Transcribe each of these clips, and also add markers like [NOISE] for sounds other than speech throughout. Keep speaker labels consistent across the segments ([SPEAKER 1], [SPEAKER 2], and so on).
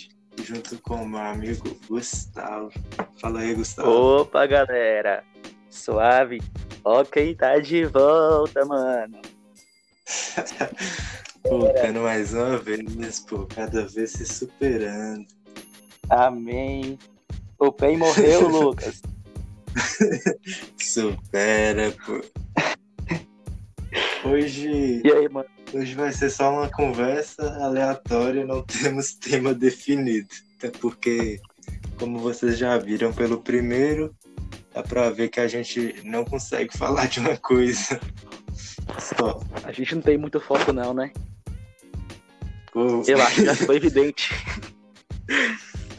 [SPEAKER 1] aqui junto com o meu amigo Gustavo. Fala aí, Gustavo.
[SPEAKER 2] Opa, galera. Suave. Ok, tá de volta, mano.
[SPEAKER 1] Voltando mais uma vez, pô, cada vez se superando.
[SPEAKER 2] Amém. O Pen [LAUGHS] morreu, Lucas.
[SPEAKER 1] Supera, pô. Hoje,
[SPEAKER 2] E aí, mano?
[SPEAKER 1] hoje vai ser só uma conversa aleatória, não temos tema definido. Até porque, como vocês já viram pelo primeiro, dá pra ver que a gente não consegue [LAUGHS] falar de uma coisa. Só.
[SPEAKER 2] A gente não tem muito foco, não, né?
[SPEAKER 1] Pô,
[SPEAKER 2] Eu acho que já ficou evidente.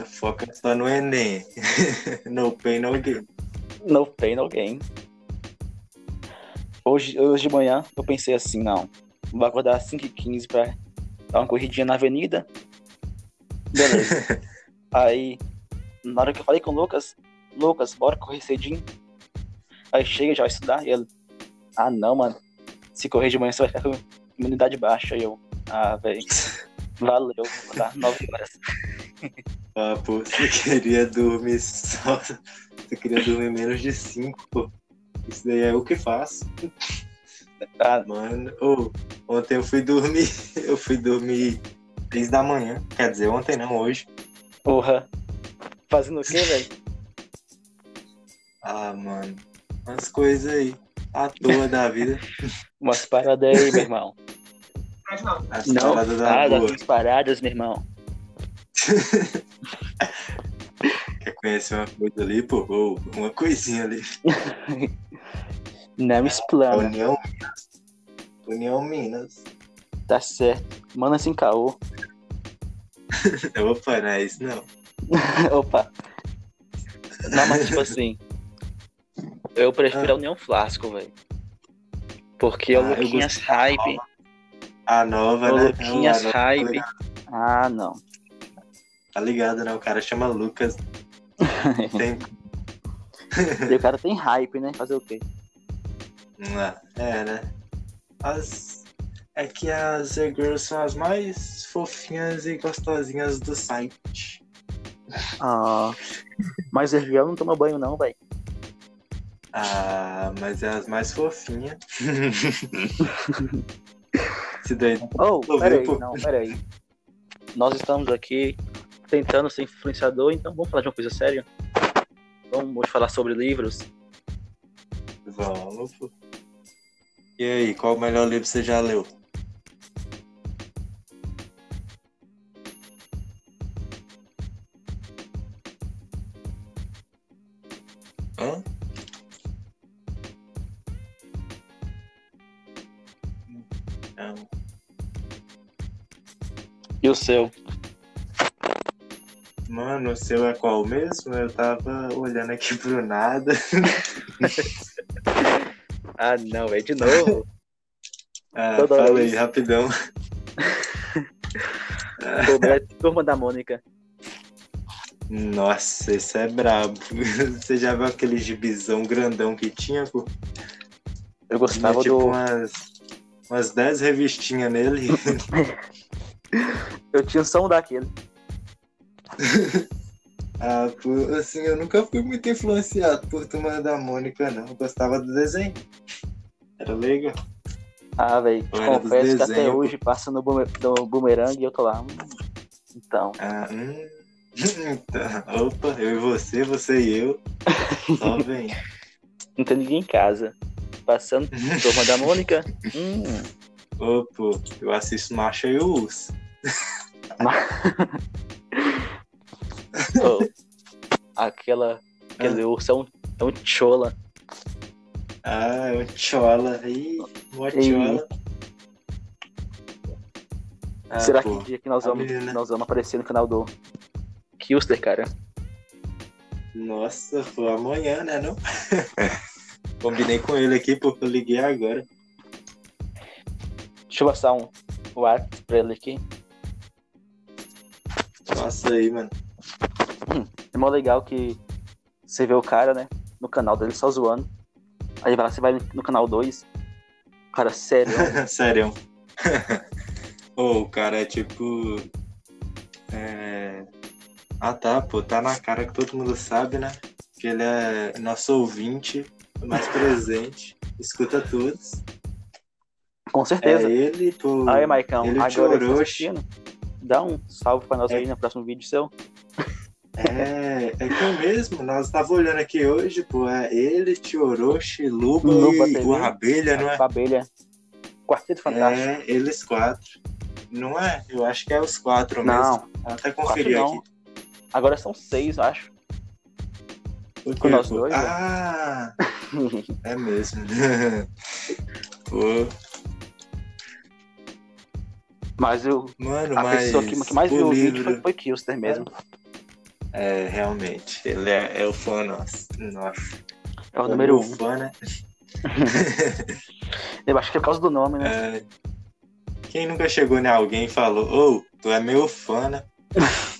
[SPEAKER 1] Foca só no Enem. [LAUGHS] no pain, no gain.
[SPEAKER 2] No pain, no gain. Hoje, hoje de manhã eu pensei assim, não. Vou acordar às 5h15 pra dar uma corridinha na avenida. Beleza. Aí, na hora que eu falei com o Lucas, Lucas, bora correr cedinho. Aí chega, já vai estudar. E ele, ah não, mano. Se correr de manhã você vai ficar com imunidade baixa. Aí eu, ah, velho. Valeu, vou acordar 9 horas.
[SPEAKER 1] Ah, pô, você queria dormir só. Você queria dormir menos de 5, pô. Isso daí é o que faço.
[SPEAKER 2] Ah,
[SPEAKER 1] Mano, ô, ontem eu fui dormir. [LAUGHS] Eu fui dormir 3 da manhã. Quer dizer, ontem não, hoje.
[SPEAKER 2] porra. Fazendo o quê, velho?
[SPEAKER 1] Ah, mano. Umas coisas aí. À toa da vida.
[SPEAKER 2] Umas paradas aí, meu irmão.
[SPEAKER 1] As
[SPEAKER 2] Não,
[SPEAKER 1] paradas da
[SPEAKER 2] ah, das
[SPEAKER 1] rua.
[SPEAKER 2] minhas paradas, meu irmão.
[SPEAKER 1] Quer conhecer uma coisa ali, pô? Ou uma coisinha ali.
[SPEAKER 2] Não explana,
[SPEAKER 1] União Minas. União Minas. [LAUGHS]
[SPEAKER 2] tá certo. Manda sem caô. [LAUGHS]
[SPEAKER 1] Eu vou parar isso, não.
[SPEAKER 2] Opa. Não, mas tipo assim. Eu prefiro a União Flasco, velho. Porque
[SPEAKER 1] Ah,
[SPEAKER 2] o
[SPEAKER 1] eu
[SPEAKER 2] Luquinhas Hype.
[SPEAKER 1] A nova,
[SPEAKER 2] O
[SPEAKER 1] né?
[SPEAKER 2] Luquinhas
[SPEAKER 1] Não, a nova, Tá
[SPEAKER 2] Hype.
[SPEAKER 1] ligado,
[SPEAKER 2] Ah, não. [LAUGHS]
[SPEAKER 1] tá ligado, né? O cara chama Lucas. Tem...
[SPEAKER 2] E o cara tem hype, né? Fazer o quê?
[SPEAKER 1] Ah, É, né? As... É que as Z-Girls são as mais fofinhas e gostosinhas do site.
[SPEAKER 2] Ah. Mas o Ergel não toma banho, não, velho.
[SPEAKER 1] Ah, mas é as mais fofinhas. Se daí
[SPEAKER 2] Oh,
[SPEAKER 1] Tô
[SPEAKER 2] peraí,
[SPEAKER 1] vendo, pô.
[SPEAKER 2] não, peraí. Nós estamos aqui tentando ser influenciador, então vamos falar de uma coisa séria? Vamos falar sobre livros?
[SPEAKER 1] vamos. pô. E aí, qual o melhor livro você já leu? Hã? Não.
[SPEAKER 2] E o seu?
[SPEAKER 1] Mano, o seu é qual mesmo? Eu tava olhando aqui pro nada.
[SPEAKER 2] Ah, não, é de [LAUGHS] novo.
[SPEAKER 1] Ah,
[SPEAKER 2] Toda
[SPEAKER 1] fala
[SPEAKER 2] vez.
[SPEAKER 1] aí, rapidão.
[SPEAKER 2] Pô, é Turma da Mônica.
[SPEAKER 1] Nossa, isso é brabo. [LAUGHS] Você já viu aquele gibizão grandão que tinha, pô? Tinha
[SPEAKER 2] Eu gostava
[SPEAKER 1] tipo
[SPEAKER 2] do.
[SPEAKER 1] umas, umas 10 revistinhas nele. [LAUGHS]
[SPEAKER 2] Eu tinha só um daquele.
[SPEAKER 1] ah, pô, assim, eu nunca fui muito influenciado por Turma da Mônica, não. Eu gostava do desenho. Era legal.
[SPEAKER 2] Ah, velho.
[SPEAKER 1] Eu era dos
[SPEAKER 2] Confesso que até
[SPEAKER 1] desenhos, pô.
[SPEAKER 2] hoje passa no, bumer... no bumerangue e eu tô lá. hum, Então.
[SPEAKER 1] Ah, hum. [LAUGHS] Então, opa, eu e você, você e eu. Só vem.
[SPEAKER 2] Não tem ninguém em casa. Passando Turma da [LAUGHS] Mônica. Hum.
[SPEAKER 1] Ô, pô, eu assisto Marcha e o Urso.
[SPEAKER 2] Oh. Aquela. Aquele urso é um, é um chola.
[SPEAKER 1] Ah, é um tchola aí, uma tchola. Ah,
[SPEAKER 2] Será
[SPEAKER 1] pô.
[SPEAKER 2] que é dia que nós
[SPEAKER 1] tá
[SPEAKER 2] vamos,
[SPEAKER 1] vendo, né?
[SPEAKER 2] nós vamos aparecer no canal do. Kilster, cara?
[SPEAKER 1] Nossa, pô, amanhã, né,
[SPEAKER 2] [LAUGHS]
[SPEAKER 1] não?
[SPEAKER 2] É.
[SPEAKER 1] Combinei com ele aqui, pô, que eu liguei agora.
[SPEAKER 2] Deixa eu passar um WhatsApp pra ele aqui.
[SPEAKER 1] Nossa aí, mano. [LAUGHS]
[SPEAKER 2] É mó legal que você vê o cara, né? No canal dele só zoando. Aí vai lá, você vai no canal 2.
[SPEAKER 1] [LAUGHS]
[SPEAKER 2] Cara, sério.
[SPEAKER 1] Sério. Ô, o cara é tipo... É... Ah tá, pô, tá na cara que todo mundo sabe, né? Que ele é nosso ouvinte, mais presente, escuta todos.
[SPEAKER 2] Com certeza.
[SPEAKER 1] É ele, pô.
[SPEAKER 2] Aí, Maicão,
[SPEAKER 1] ele e o
[SPEAKER 2] agora eu tô
[SPEAKER 1] Orochi.
[SPEAKER 2] assistindo. Dá um salve pra nós aí no próximo vídeo seu.
[SPEAKER 1] É, é que mesmo, nós tava olhando aqui hoje, pô, é ele, Tio Orochi, Luba,
[SPEAKER 2] Luba
[SPEAKER 1] e
[SPEAKER 2] também.
[SPEAKER 1] o Abelha, não é?
[SPEAKER 2] Com a abelha. Quarteto Fantástico.
[SPEAKER 1] É, eles quatro. Não é? Eu acho que é os quatro mesmo.
[SPEAKER 2] não,
[SPEAKER 1] Vou até conferir
[SPEAKER 2] Quatro não.
[SPEAKER 1] aqui.
[SPEAKER 2] agora são seis, eu acho.
[SPEAKER 1] O
[SPEAKER 2] Com
[SPEAKER 1] quê,
[SPEAKER 2] nós
[SPEAKER 1] pô?
[SPEAKER 2] dois, né?
[SPEAKER 1] Ah, é
[SPEAKER 2] [LAUGHS]
[SPEAKER 1] mesmo. pô,
[SPEAKER 2] Mas o,
[SPEAKER 1] mano,
[SPEAKER 2] a
[SPEAKER 1] mas
[SPEAKER 2] pessoa que, que mais
[SPEAKER 1] o
[SPEAKER 2] viu o vídeo
[SPEAKER 1] livro...
[SPEAKER 2] foi, foi Kilster mesmo.
[SPEAKER 1] É, realmente, ele é, é o fã nosso. Nossa,
[SPEAKER 2] É o número
[SPEAKER 1] meu
[SPEAKER 2] um.
[SPEAKER 1] fã, né?
[SPEAKER 2] Eu acho que é por causa do nome, né?
[SPEAKER 1] É. Quem nunca chegou em alguém e falou, ô, tu é meu fã, né? [LAUGHS]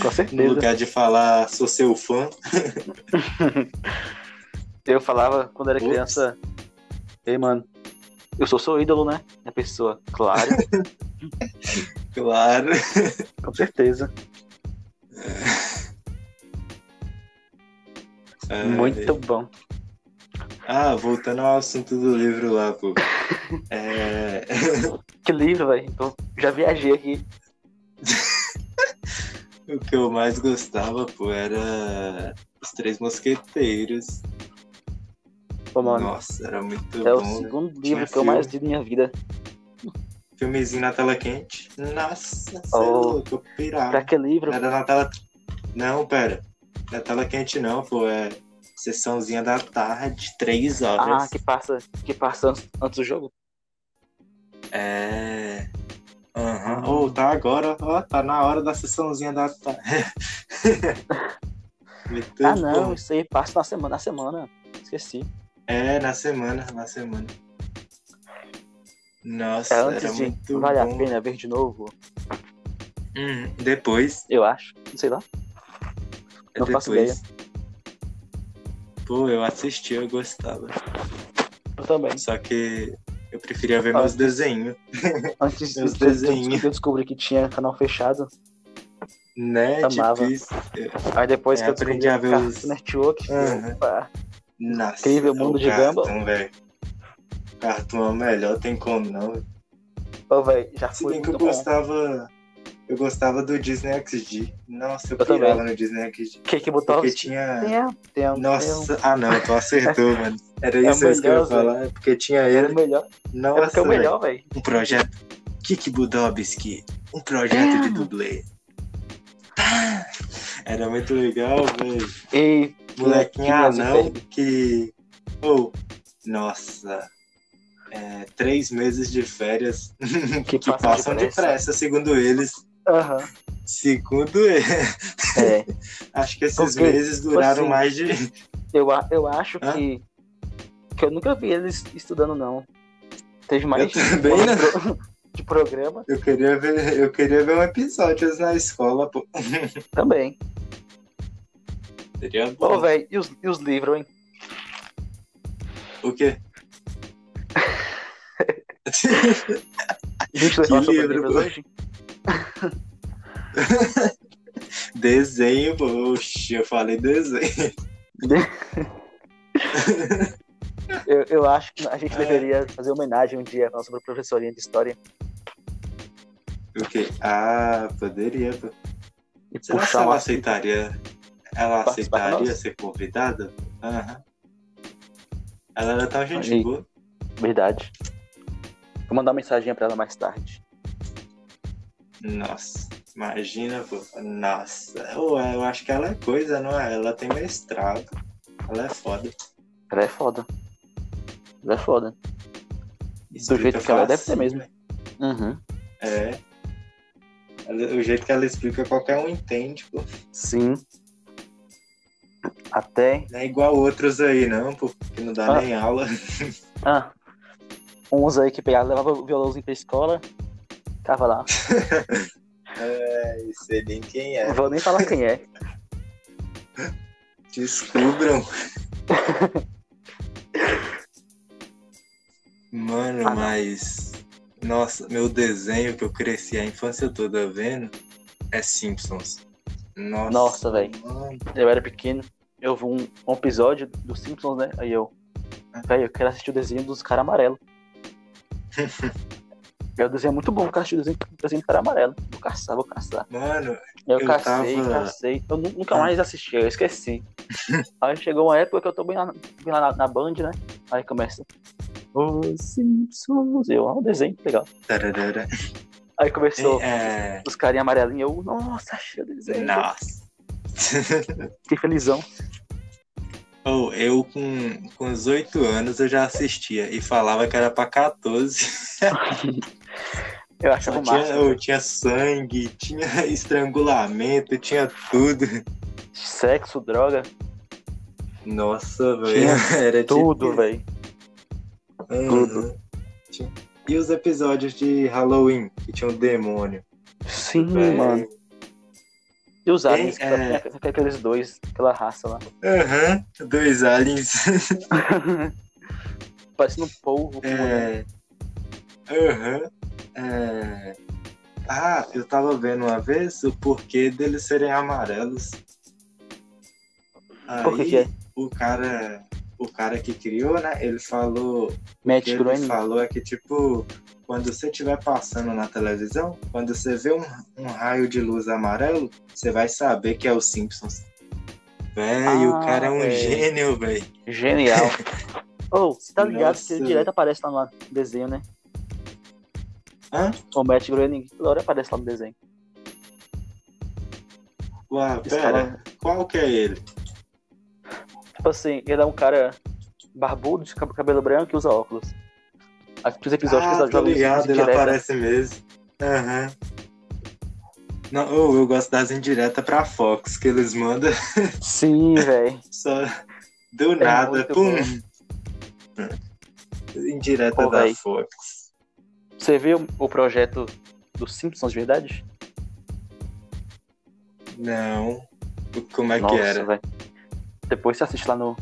[SPEAKER 2] Com
[SPEAKER 1] No
[SPEAKER 2] certeza.
[SPEAKER 1] lugar de falar, sou seu fã.
[SPEAKER 2] Eu falava quando era
[SPEAKER 1] Ups.
[SPEAKER 2] criança, ei, mano, eu sou seu ídolo, né? A pessoa,
[SPEAKER 1] [LAUGHS]
[SPEAKER 2] claro,
[SPEAKER 1] Claro.
[SPEAKER 2] com certeza.
[SPEAKER 1] É.
[SPEAKER 2] Muito bom.
[SPEAKER 1] Ah, voltando ao assunto do livro lá, pô. É,
[SPEAKER 2] Que livro, velho. Eu já viajei aqui.
[SPEAKER 1] o que eu mais gostava, pô, era Os Três Mosqueteiros.
[SPEAKER 2] Pô, mano,
[SPEAKER 1] Nossa, era muito
[SPEAKER 2] é o
[SPEAKER 1] bom. né?
[SPEAKER 2] segundo
[SPEAKER 1] Tinha
[SPEAKER 2] livro que eu mais li na minha vida.
[SPEAKER 1] Filmezinho na tela quente. Nossa, cê é
[SPEAKER 2] Oh.
[SPEAKER 1] louco, eu pirava.
[SPEAKER 2] Pra que livro?
[SPEAKER 1] Era na tela. Não, pera. Na tela quente não, pô. É sessãozinha da tarde, três
[SPEAKER 2] Ah,
[SPEAKER 1] horas.
[SPEAKER 2] que passa, que passa antes, antes do jogo?
[SPEAKER 1] É. Aham. Ô, tá agora, ó. Tá na hora da sessãozinha da [LAUGHS] tarde. Muito
[SPEAKER 2] ah, não,
[SPEAKER 1] bom.
[SPEAKER 2] isso aí passa na semana, na semana. Esqueci.
[SPEAKER 1] É, na semana, na semana. Nossa,
[SPEAKER 2] É
[SPEAKER 1] era
[SPEAKER 2] antes de
[SPEAKER 1] muito
[SPEAKER 2] vale
[SPEAKER 1] bom.
[SPEAKER 2] a pena ver de novo,
[SPEAKER 1] Uhum, Depois.
[SPEAKER 2] eu acho. Não sei lá.
[SPEAKER 1] é
[SPEAKER 2] Não
[SPEAKER 1] depois.
[SPEAKER 2] faço
[SPEAKER 1] Pô, eu assisti, eu gostava.
[SPEAKER 2] Eu também.
[SPEAKER 1] Só que eu preferia ver
[SPEAKER 2] Ah.
[SPEAKER 1] meus desenhos.
[SPEAKER 2] Antes de
[SPEAKER 1] Meus
[SPEAKER 2] de- de-
[SPEAKER 1] desenhos.
[SPEAKER 2] de eu descobrir que tinha canal fechado.
[SPEAKER 1] Né?
[SPEAKER 2] Amava.
[SPEAKER 1] Tipo isso.
[SPEAKER 2] Aí depois
[SPEAKER 1] É,
[SPEAKER 2] que eu
[SPEAKER 1] aprendi
[SPEAKER 2] descobri
[SPEAKER 1] a ver os-
[SPEAKER 2] Cartoon Network,
[SPEAKER 1] Aham.
[SPEAKER 2] opa,
[SPEAKER 1] Nossa,
[SPEAKER 2] Incrível mundo
[SPEAKER 1] o
[SPEAKER 2] de Gumball.
[SPEAKER 1] Cartoon, velho. Cartoon é o melhor, tem como não.
[SPEAKER 2] ô, véi, já
[SPEAKER 1] Se
[SPEAKER 2] foi
[SPEAKER 1] bem que
[SPEAKER 2] muito
[SPEAKER 1] eu
[SPEAKER 2] bom.
[SPEAKER 1] gostava. Eu gostava do Disney XD. Nossa, eu,
[SPEAKER 2] Eu também.
[SPEAKER 1] pirava no Disney XD.
[SPEAKER 2] Que que botou
[SPEAKER 1] Porque
[SPEAKER 2] os...
[SPEAKER 1] tinha.
[SPEAKER 2] Tem, tem, um
[SPEAKER 1] Nossa, ah não, tu
[SPEAKER 2] [LAUGHS]
[SPEAKER 1] acertou, mano. Era isso
[SPEAKER 2] É o
[SPEAKER 1] mesmo que eu ia
[SPEAKER 2] melhor,
[SPEAKER 1] falar. é Porque tinha
[SPEAKER 2] tem. É o
[SPEAKER 1] ele.
[SPEAKER 2] melhor. é porque
[SPEAKER 1] Nossa,
[SPEAKER 2] é o
[SPEAKER 1] velho.
[SPEAKER 2] melhor, velho.
[SPEAKER 1] Um projeto. Kiki Budobski. Um projeto
[SPEAKER 2] É.
[SPEAKER 1] de dublê. Tá. Era muito legal, velho.
[SPEAKER 2] E
[SPEAKER 1] Molequinho
[SPEAKER 2] Molequinho
[SPEAKER 1] anão
[SPEAKER 2] superbe.
[SPEAKER 1] que. Ou. nossa. É, três meses de férias
[SPEAKER 2] que,
[SPEAKER 1] que passam depressa, segundo eles.
[SPEAKER 2] Aham.
[SPEAKER 1] [LAUGHS] Segundo eles.
[SPEAKER 2] É.
[SPEAKER 1] [LAUGHS] Acho que esses
[SPEAKER 2] Porque,
[SPEAKER 1] meses duraram
[SPEAKER 2] assim,
[SPEAKER 1] mais de.
[SPEAKER 2] Eu, a- eu acho
[SPEAKER 1] Hã?
[SPEAKER 2] que. Que eu nunca vi eles estudando, não. Teve mais
[SPEAKER 1] Eu [LAUGHS] também né?
[SPEAKER 2] de,
[SPEAKER 1] não.
[SPEAKER 2] de programa
[SPEAKER 1] Eu queria ver, eu queria ver um episódio na escola, pô.
[SPEAKER 2] também.
[SPEAKER 1] Seria
[SPEAKER 2] Ô,
[SPEAKER 1] bom.
[SPEAKER 2] velho, e os, e os livros, hein?
[SPEAKER 1] O quê?
[SPEAKER 2] [LAUGHS] A
[SPEAKER 1] [LAUGHS]
[SPEAKER 2] gente vai falar sobre
[SPEAKER 1] livro,
[SPEAKER 2] livros
[SPEAKER 1] pô.
[SPEAKER 2] hoje?
[SPEAKER 1] Desenho, pô. Oxi, eu falei desenho.
[SPEAKER 2] Eu, eu acho que a gente
[SPEAKER 1] É.
[SPEAKER 2] deveria fazer homenagem um dia à nossa professorinha de história
[SPEAKER 1] O quê? Ah, poderia, pô.
[SPEAKER 2] e
[SPEAKER 1] Será que
[SPEAKER 2] puxar um
[SPEAKER 1] ela
[SPEAKER 2] uma
[SPEAKER 1] aceitaria? Ela
[SPEAKER 2] Participar com
[SPEAKER 1] aceitaria
[SPEAKER 2] nós?
[SPEAKER 1] ser convidada? Aham. Ela era tão gente
[SPEAKER 2] Aí.
[SPEAKER 1] boa.
[SPEAKER 2] verdade. Vou mandar uma mensagem pra ela mais tarde.
[SPEAKER 1] Nossa, imagina, pô. Nossa. Ué, eu acho que ela é coisa, não é? Ela tem mestrado. Ela é foda.
[SPEAKER 2] Ela é foda. Ela é foda.
[SPEAKER 1] Escrita
[SPEAKER 2] jeito que ela deve
[SPEAKER 1] fácil,
[SPEAKER 2] ter mesmo.
[SPEAKER 1] né?
[SPEAKER 2] Uhum.
[SPEAKER 1] É. Ela- O jeito que ela explica, qualquer um entende, pô.
[SPEAKER 2] Sim. Até.
[SPEAKER 1] Não é igual outros aí, não, pô. Que não dá
[SPEAKER 2] Ah.
[SPEAKER 1] nem aula. [LAUGHS]
[SPEAKER 2] Ah, uns aí que pegava, levava o violãozinho pra escola. Tava [LAUGHS] lá.
[SPEAKER 1] É, não sei nem quem é.
[SPEAKER 2] Não vou nem falar quem é.
[SPEAKER 1] Descubram. Mano,
[SPEAKER 2] Ah, não.
[SPEAKER 1] mas. Nossa, meu desenho que eu cresci a infância toda vendo é Simpsons. Nossa,
[SPEAKER 2] Nossa, véi.
[SPEAKER 1] mano.
[SPEAKER 2] Eu era pequeno, eu vi um, um episódio dos Simpsons, né? Aí eu, velho, eu quero assistir o desenho dos caras [LAUGHS] amarelos. Meu desenho é muito bom, eu quero assistir o desenho, o desenho do cara amarelo. Vou caçar, vou caçar.
[SPEAKER 1] Mano,
[SPEAKER 2] Eu,
[SPEAKER 1] Eu
[SPEAKER 2] cacei,
[SPEAKER 1] tava-
[SPEAKER 2] cacei. Eu nu- nunca
[SPEAKER 1] Ah.
[SPEAKER 2] mais assisti,
[SPEAKER 1] [LAUGHS]
[SPEAKER 2] eu esqueci. Aí chegou uma época que eu tô bem lá, na- bem lá na, na Band, né? Aí começa. Os Simpsons. Eu, ah, um desenho, que legal.
[SPEAKER 1] tararara.
[SPEAKER 2] Aí começou
[SPEAKER 1] É,
[SPEAKER 2] os carinha amarelinhos. Eu, nossa, achei o desenho.
[SPEAKER 1] nossa.
[SPEAKER 2] Fiquei felizão.
[SPEAKER 1] Ou eu com, com os 8 anos eu já assistia e falava que era pra 14.
[SPEAKER 2] Eu achava
[SPEAKER 1] Só
[SPEAKER 2] É o máximo.
[SPEAKER 1] tinha, eu tinha sangue, tinha [LAUGHS] estrangulamento, tinha tudo.
[SPEAKER 2] Sexo, droga,
[SPEAKER 1] Nossa, velho. [LAUGHS]
[SPEAKER 2] Tinha
[SPEAKER 1] Era
[SPEAKER 2] tudo,
[SPEAKER 1] tipo-
[SPEAKER 2] velho.
[SPEAKER 1] Uhum.
[SPEAKER 2] tudo.
[SPEAKER 1] Tinha- E os episódios de Halloween, que tinha um demônio. É.
[SPEAKER 2] Sim,
[SPEAKER 1] velho.
[SPEAKER 2] Hum, mano. E os aliens,
[SPEAKER 1] Tem,
[SPEAKER 2] que
[SPEAKER 1] é.
[SPEAKER 2] só tem aqueles dois, aquela raça lá. [LAUGHS]
[SPEAKER 1] Aham, dois aliens.
[SPEAKER 2] Parecendo um polvo. né?
[SPEAKER 1] É. Aham. É. Ah, eu tava vendo uma vez o porquê deles serem amarelos. Aí,
[SPEAKER 2] Por que que é?
[SPEAKER 1] o cara. O cara que criou, né? Ele falou. O
[SPEAKER 2] Matt
[SPEAKER 1] que ele
[SPEAKER 2] Groening.
[SPEAKER 1] falou é que, tipo, quando você estiver passando na televisão, quando você vê um, um raio de luz amarelo, você vai saber que é os Simpsons. Véi,
[SPEAKER 2] Ah,
[SPEAKER 1] o cara é um
[SPEAKER 2] é.
[SPEAKER 1] gênio, véi.
[SPEAKER 2] Genial. [LAUGHS] Ou, você tá ligado
[SPEAKER 1] Nossa,
[SPEAKER 2] que ele
[SPEAKER 1] velho.
[SPEAKER 2] direto aparece lá no desenho, né?
[SPEAKER 1] Hã?
[SPEAKER 2] O Matt Groening, toda hora aparece lá no desenho.
[SPEAKER 1] Ué,
[SPEAKER 2] Esse
[SPEAKER 1] pera,
[SPEAKER 2] cara,
[SPEAKER 1] qual que é ele?
[SPEAKER 2] tipo assim, ele é um cara barbudo, de cab- cabelo branco e usa óculos. Aqueles episódios que tá
[SPEAKER 1] ah,
[SPEAKER 2] eles
[SPEAKER 1] tô
[SPEAKER 2] jogam né?
[SPEAKER 1] ligado, ele
[SPEAKER 2] indireta.
[SPEAKER 1] aparece mesmo. Aham. Não, oh, eu gosto das indiretas pra Fox, que eles mandam [LAUGHS]
[SPEAKER 2] Sim, velho.
[SPEAKER 1] só do [LAUGHS] nada,
[SPEAKER 2] É muito
[SPEAKER 1] pum. Indireta
[SPEAKER 2] Pô,
[SPEAKER 1] da
[SPEAKER 2] véi.
[SPEAKER 1] Fox.
[SPEAKER 2] Você viu o projeto dos Simpsons de verdade?
[SPEAKER 1] Não. Como é
[SPEAKER 2] Nossa,
[SPEAKER 1] que era?
[SPEAKER 2] velho. Depois você assiste lá no.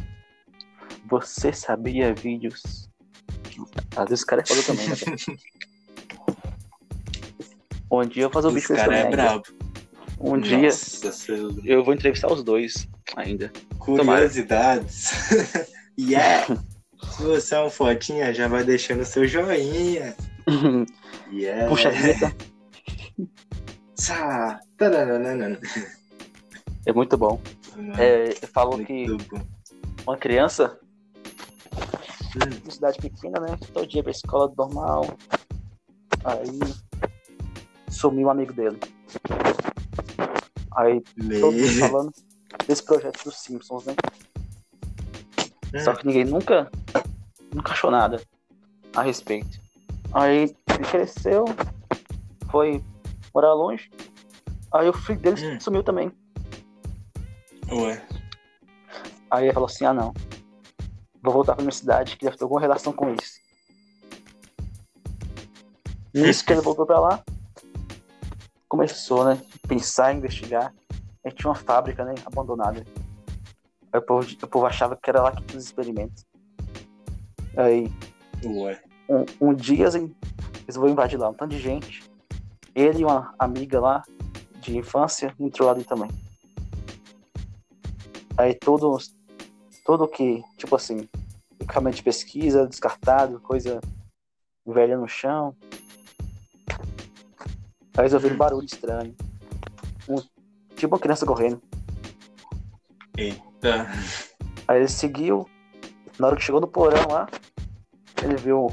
[SPEAKER 2] Você sabia vídeos? Às vezes o cara é foda também,
[SPEAKER 1] [LAUGHS]
[SPEAKER 2] né? velho? um dia eu vou fazer o
[SPEAKER 1] Os
[SPEAKER 2] bicho com esse
[SPEAKER 1] cara é
[SPEAKER 2] também, né?
[SPEAKER 1] brabo.
[SPEAKER 2] Um dia
[SPEAKER 1] Nossa, seu-
[SPEAKER 2] eu vou entrevistar os dois
[SPEAKER 1] [LAUGHS]
[SPEAKER 2] ainda.
[SPEAKER 1] curiosidades. [LAUGHS] yeah! Se você é um fotinha, já vai deixando seu joinha. Yeah!
[SPEAKER 2] Puxa vida.
[SPEAKER 1] Tá. Taranana.
[SPEAKER 2] É muito bom. É, falou que
[SPEAKER 1] Muito bom.
[SPEAKER 2] uma criança,
[SPEAKER 1] Hum,
[SPEAKER 2] uma cidade pequena, né? Todo dia pra escola normal. Aí sumiu um amigo dele. Aí todo mundo
[SPEAKER 1] meio.
[SPEAKER 2] falando desse projeto dos Simpsons, né?
[SPEAKER 1] Hum.
[SPEAKER 2] Só que ninguém nunca, nunca achou nada a respeito. Aí ele cresceu, foi morar longe. Aí o filho dele
[SPEAKER 1] Hum.
[SPEAKER 2] sumiu também.
[SPEAKER 1] Ué.
[SPEAKER 2] Aí ele falou assim: ah, não. Vou voltar pra minha cidade, que deve ter alguma relação com isso. Nisso que ele voltou pra lá, começou, né? Pensar, investigar. Aí tinha uma fábrica, né? Abandonada. Aí o povo, o povo achava que era lá que tinha os experimentos. Aí,
[SPEAKER 1] Ué.
[SPEAKER 2] um, um dia, assim, eles vão invadir lá, um tanto de gente. Ele e uma amiga lá, de infância, entrou ali também. Aí todos, todo que, tipo assim, equipamento de pesquisa, descartado, coisa velha no chão. Aí eles ouviram um barulho estranho. Um- tipo uma criança correndo.
[SPEAKER 1] Tá.
[SPEAKER 2] Aí ele seguiu. Na hora que chegou no porão lá, ele viu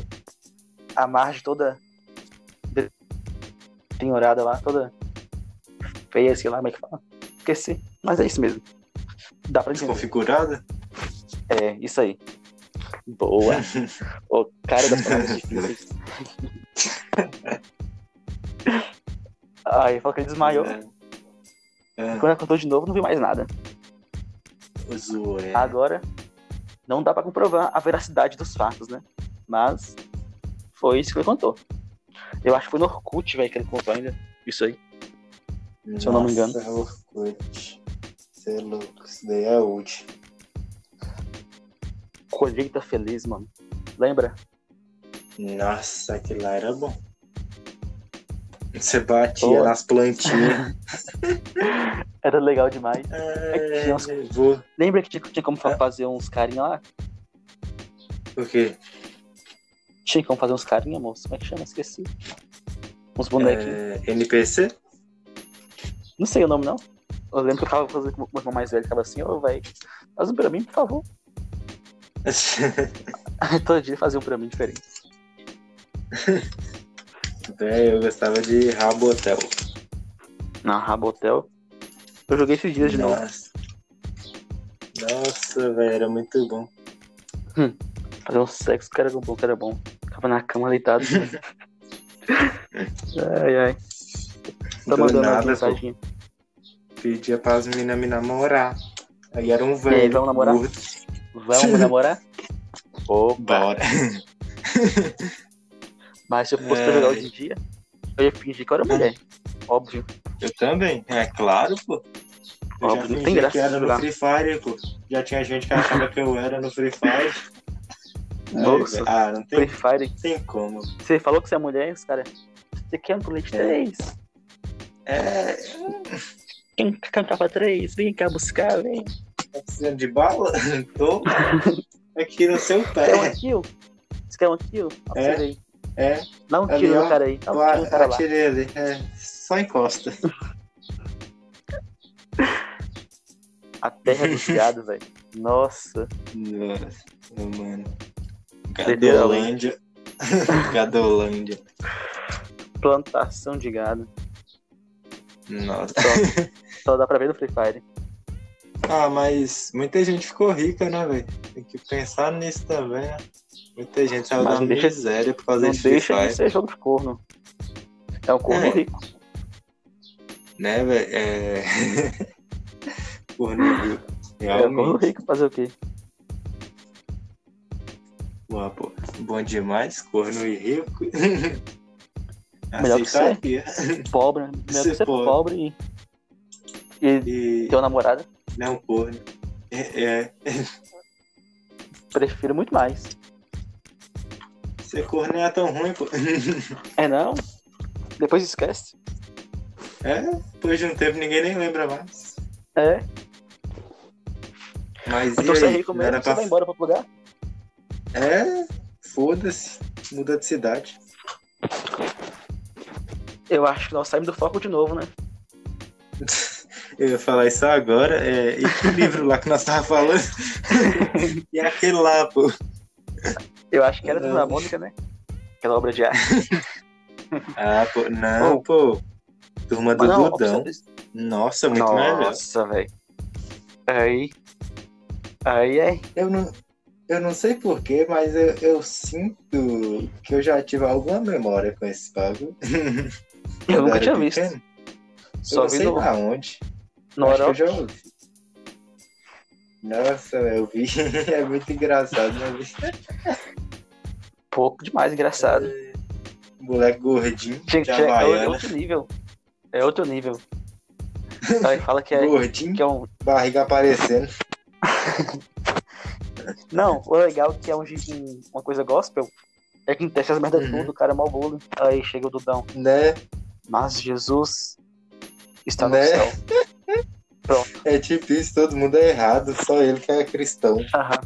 [SPEAKER 2] a margem toda de- penhorada lá, toda feia, sei lá como é que fala. Esqueci. Mas é isso mesmo. Dá pra entender.
[SPEAKER 1] Desconfigurada?
[SPEAKER 2] É, isso aí. Boa. o cara das palavras difíceis. Aí falou que ele desmaiou.
[SPEAKER 1] É. É,
[SPEAKER 2] Quando acordou de novo, não viu mais nada.
[SPEAKER 1] zoé.
[SPEAKER 2] Agora, não dá pra comprovar a veracidade dos fatos, né? Mas foi isso que ele contou. Eu acho que foi no Orkut, velho, que ele contou ainda. Isso aí. se eu não me engano.
[SPEAKER 1] Nossa, Orkut. Você é louco, isso daí é útil.
[SPEAKER 2] Colheita feliz, mano. Lembra?
[SPEAKER 1] Nossa, aquilo lá era bom. Você batia
[SPEAKER 2] Boa.
[SPEAKER 1] nas plantinhas.
[SPEAKER 2] Era legal demais. que tinha uns-
[SPEAKER 1] É, vou.
[SPEAKER 2] Lembra que tinha, tinha como fa- fazer uns carinha lá?
[SPEAKER 1] O quê?
[SPEAKER 2] Tinha como fazer uns carinha, moço? Como é que chama? Esqueci. Uns bonequinhos.
[SPEAKER 1] É, NPC?
[SPEAKER 2] Não sei o nome, não. Eu lembro que eu tava fazendo com o meu irmão mais velho, ficava assim, ô, velho, faz um pra mim, por favor. [LAUGHS] Todo dia ele fazia um pra mim diferente.
[SPEAKER 1] [LAUGHS] Véi, eu gostava de Rabotel.
[SPEAKER 2] Na Rabotel. Eu joguei esses dias de novo.
[SPEAKER 1] Nossa. Nossa, velho, era muito bom.
[SPEAKER 2] Fazer um sexo, cara era bom, cara era bom. Ficava na cama
[SPEAKER 1] [LAUGHS]
[SPEAKER 2] deitado. ai, ai. Tá
[SPEAKER 1] Do
[SPEAKER 2] mandando
[SPEAKER 1] nada,
[SPEAKER 2] uma mensagem.
[SPEAKER 1] Pedia para as meninas me namorar. Aí era um
[SPEAKER 2] E aí,
[SPEAKER 1] velho.
[SPEAKER 2] vamos namorar?
[SPEAKER 1] gordo. [LAUGHS]
[SPEAKER 2] Vamos namorar? Opa.
[SPEAKER 1] Bora.
[SPEAKER 2] Mas se eu fosse pra
[SPEAKER 1] É.
[SPEAKER 2] jogar hoje em dia, eu ia fingir que eu era mulher. Óbvio.
[SPEAKER 1] Eu também. É claro, pô. Eu
[SPEAKER 2] Ó,
[SPEAKER 1] já
[SPEAKER 2] não tem
[SPEAKER 1] fingi
[SPEAKER 2] graça
[SPEAKER 1] que era no
[SPEAKER 2] jogar.
[SPEAKER 1] Free Fire, pô. Já tinha gente que achava que eu era no Free Fire.
[SPEAKER 2] [LAUGHS]
[SPEAKER 1] Aí,
[SPEAKER 2] Nossa.
[SPEAKER 1] velho, ah, não tem,
[SPEAKER 2] Free Fire.
[SPEAKER 1] tem como.
[SPEAKER 2] Você falou que você é mulher, os caras. Você quer um colete
[SPEAKER 1] É.
[SPEAKER 2] 3?
[SPEAKER 1] É,
[SPEAKER 2] Quem quer um capa 3? Vem cá buscar, vem.
[SPEAKER 1] tá precisando de bala? [LAUGHS]
[SPEAKER 2] [LAUGHS]
[SPEAKER 1] Tô. Aqui no seu
[SPEAKER 2] Quer um
[SPEAKER 1] pé.
[SPEAKER 2] kill? Você quer um kill?
[SPEAKER 1] É.
[SPEAKER 2] Atira aí.
[SPEAKER 1] É,
[SPEAKER 2] Dá um
[SPEAKER 1] Ali,
[SPEAKER 2] tiro
[SPEAKER 1] ó.
[SPEAKER 2] no cara aí. Dá um
[SPEAKER 1] eu
[SPEAKER 2] tiro no cara lá.
[SPEAKER 1] atirei ali. É, só encosta.
[SPEAKER 2] A terra é viciado, [LAUGHS] velho. Nossa.
[SPEAKER 1] Nossa, mano.
[SPEAKER 2] Literalmente.
[SPEAKER 1] [LAUGHS] Gadolândia. Gadolândia.
[SPEAKER 2] Plantação de gado.
[SPEAKER 1] Nossa. [LAUGHS]
[SPEAKER 2] Só dá pra ver no Free Fire.
[SPEAKER 1] Ah, mas muita gente ficou rica, né, velho? Tem que pensar nisso também, né? Muita gente saiu
[SPEAKER 2] Mas
[SPEAKER 1] da
[SPEAKER 2] não deixa-
[SPEAKER 1] miséria por causa
[SPEAKER 2] Não
[SPEAKER 1] de Free
[SPEAKER 2] deixa
[SPEAKER 1] Fire,
[SPEAKER 2] de ser jogo de corno. É um corno
[SPEAKER 1] É.
[SPEAKER 2] rico.
[SPEAKER 1] né, velho? É... [LAUGHS] Porra, não viu?
[SPEAKER 2] É um corno
[SPEAKER 1] Realmente,
[SPEAKER 2] rico fazer o quê?
[SPEAKER 1] porra, pô. Bom demais, corno e rico.
[SPEAKER 2] Melhor que
[SPEAKER 1] Aceitaria.
[SPEAKER 2] Pobre, né?
[SPEAKER 1] [LAUGHS]
[SPEAKER 2] Melhor
[SPEAKER 1] Ser
[SPEAKER 2] que ser
[SPEAKER 1] pobre.
[SPEAKER 2] pobre e, e
[SPEAKER 1] E
[SPEAKER 2] ter uma namorada.
[SPEAKER 1] não corno. É, é,
[SPEAKER 2] Prefiro muito mais.
[SPEAKER 1] ser corno não é tão ruim, pô. [LAUGHS]
[SPEAKER 2] É não? Depois esquece.
[SPEAKER 1] É, depois de um tempo ninguém nem lembra mais.
[SPEAKER 2] É.
[SPEAKER 1] Mas e
[SPEAKER 2] Então você é
[SPEAKER 1] aí?
[SPEAKER 2] rico
[SPEAKER 1] Não
[SPEAKER 2] mesmo,
[SPEAKER 1] era
[SPEAKER 2] você
[SPEAKER 1] pra...
[SPEAKER 2] vai embora pra outro lugar?
[SPEAKER 1] É, foda-se. Muda de cidade.
[SPEAKER 2] Eu acho que nós saímos do foco de novo, né?
[SPEAKER 1] Eu ia falar isso agora. É, e [LAUGHS] que livro lá que nós tava [LAUGHS] falando? e aquele lá, pô.
[SPEAKER 2] Eu acho que era
[SPEAKER 1] Não.
[SPEAKER 2] da Mônica, né? Aquela obra de arte.
[SPEAKER 1] Ah, pô. Não,
[SPEAKER 2] Oh.
[SPEAKER 1] pô. Turma do
[SPEAKER 2] Mas não,
[SPEAKER 1] Dudão.
[SPEAKER 2] opção-
[SPEAKER 1] Nossa, muito melhor.
[SPEAKER 2] Nossa, velho. Aí. Aí, é. aí.
[SPEAKER 1] Eu não, eu não sei porquê, mas eu, eu sinto que eu já tive alguma memória com esse bagulho.
[SPEAKER 2] Eu nunca tinha visto.
[SPEAKER 1] visto. Eu
[SPEAKER 2] Só
[SPEAKER 1] não
[SPEAKER 2] vi
[SPEAKER 1] sei
[SPEAKER 2] no,
[SPEAKER 1] lá onde.
[SPEAKER 2] no
[SPEAKER 1] Acho que
[SPEAKER 2] oral.
[SPEAKER 1] eu já ouvi. Nossa, eu vi. [LAUGHS] É muito engraçado, né?
[SPEAKER 2] Pouco demais, engraçado.
[SPEAKER 1] É, Moleque gordinho,
[SPEAKER 2] Tinha-
[SPEAKER 1] de
[SPEAKER 2] tinha- é, é
[SPEAKER 1] Havaiana,
[SPEAKER 2] outro nível. É outro nível.
[SPEAKER 1] [LAUGHS]
[SPEAKER 2] Aí fala que é,
[SPEAKER 1] gordinho,
[SPEAKER 2] que é um.
[SPEAKER 1] barriga aparecendo.
[SPEAKER 2] Não, o legal é que é um, gi- um- uma coisa gospel é que testa as merdas
[SPEAKER 1] Uhum.
[SPEAKER 2] tudo, o cara é mau bolo. Aí chega o Dudão.
[SPEAKER 1] Né?
[SPEAKER 2] Mas Jesus está Tá no
[SPEAKER 1] Né?
[SPEAKER 2] céu.
[SPEAKER 1] [LAUGHS] É tipo isso, todo mundo é errado, só ele que é cristão.
[SPEAKER 2] Aham.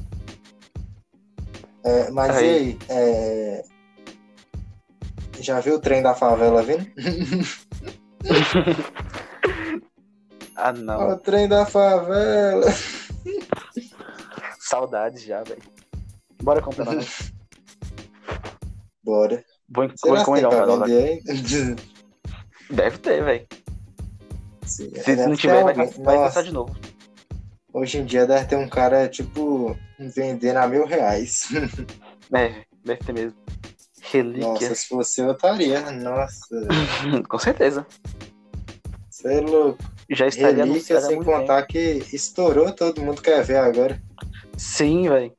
[SPEAKER 1] É, mas
[SPEAKER 2] Aí.
[SPEAKER 1] e aí? é, Já viu o trem da favela vindo?
[SPEAKER 2] Ah,
[SPEAKER 1] Ó,
[SPEAKER 2] não.
[SPEAKER 1] O trem da favela! [LAUGHS] Ah.
[SPEAKER 2] Saudades já, velho. Bora
[SPEAKER 1] [LAUGHS]
[SPEAKER 2] comprar uma.
[SPEAKER 1] Bora.
[SPEAKER 2] Vou en- vou
[SPEAKER 1] Será que tem
[SPEAKER 2] encomendar
[SPEAKER 1] pra
[SPEAKER 2] uma.
[SPEAKER 1] vender [LAUGHS] ainda?
[SPEAKER 2] Deve ter, velho.
[SPEAKER 1] Sim, é
[SPEAKER 2] Se
[SPEAKER 1] deve
[SPEAKER 2] não
[SPEAKER 1] ter
[SPEAKER 2] tiver, vai,
[SPEAKER 1] alguém.
[SPEAKER 2] vai
[SPEAKER 1] Nossa,
[SPEAKER 2] passar de novo.
[SPEAKER 1] Hoje em dia deve ter um cara, tipo, vendendo a mil reais.
[SPEAKER 2] [LAUGHS] É, deve ter mesmo.
[SPEAKER 1] Nossa,
[SPEAKER 2] Relíquia.
[SPEAKER 1] se fosse eu estaria. Nossa,
[SPEAKER 2] [LAUGHS] Com certeza.
[SPEAKER 1] você é louco.
[SPEAKER 2] Já estaria né?
[SPEAKER 1] Relíquia,
[SPEAKER 2] anunciado há
[SPEAKER 1] sem
[SPEAKER 2] muito tempo.
[SPEAKER 1] contar que estourou, todo mundo quer ver agora.
[SPEAKER 2] Sim, velho.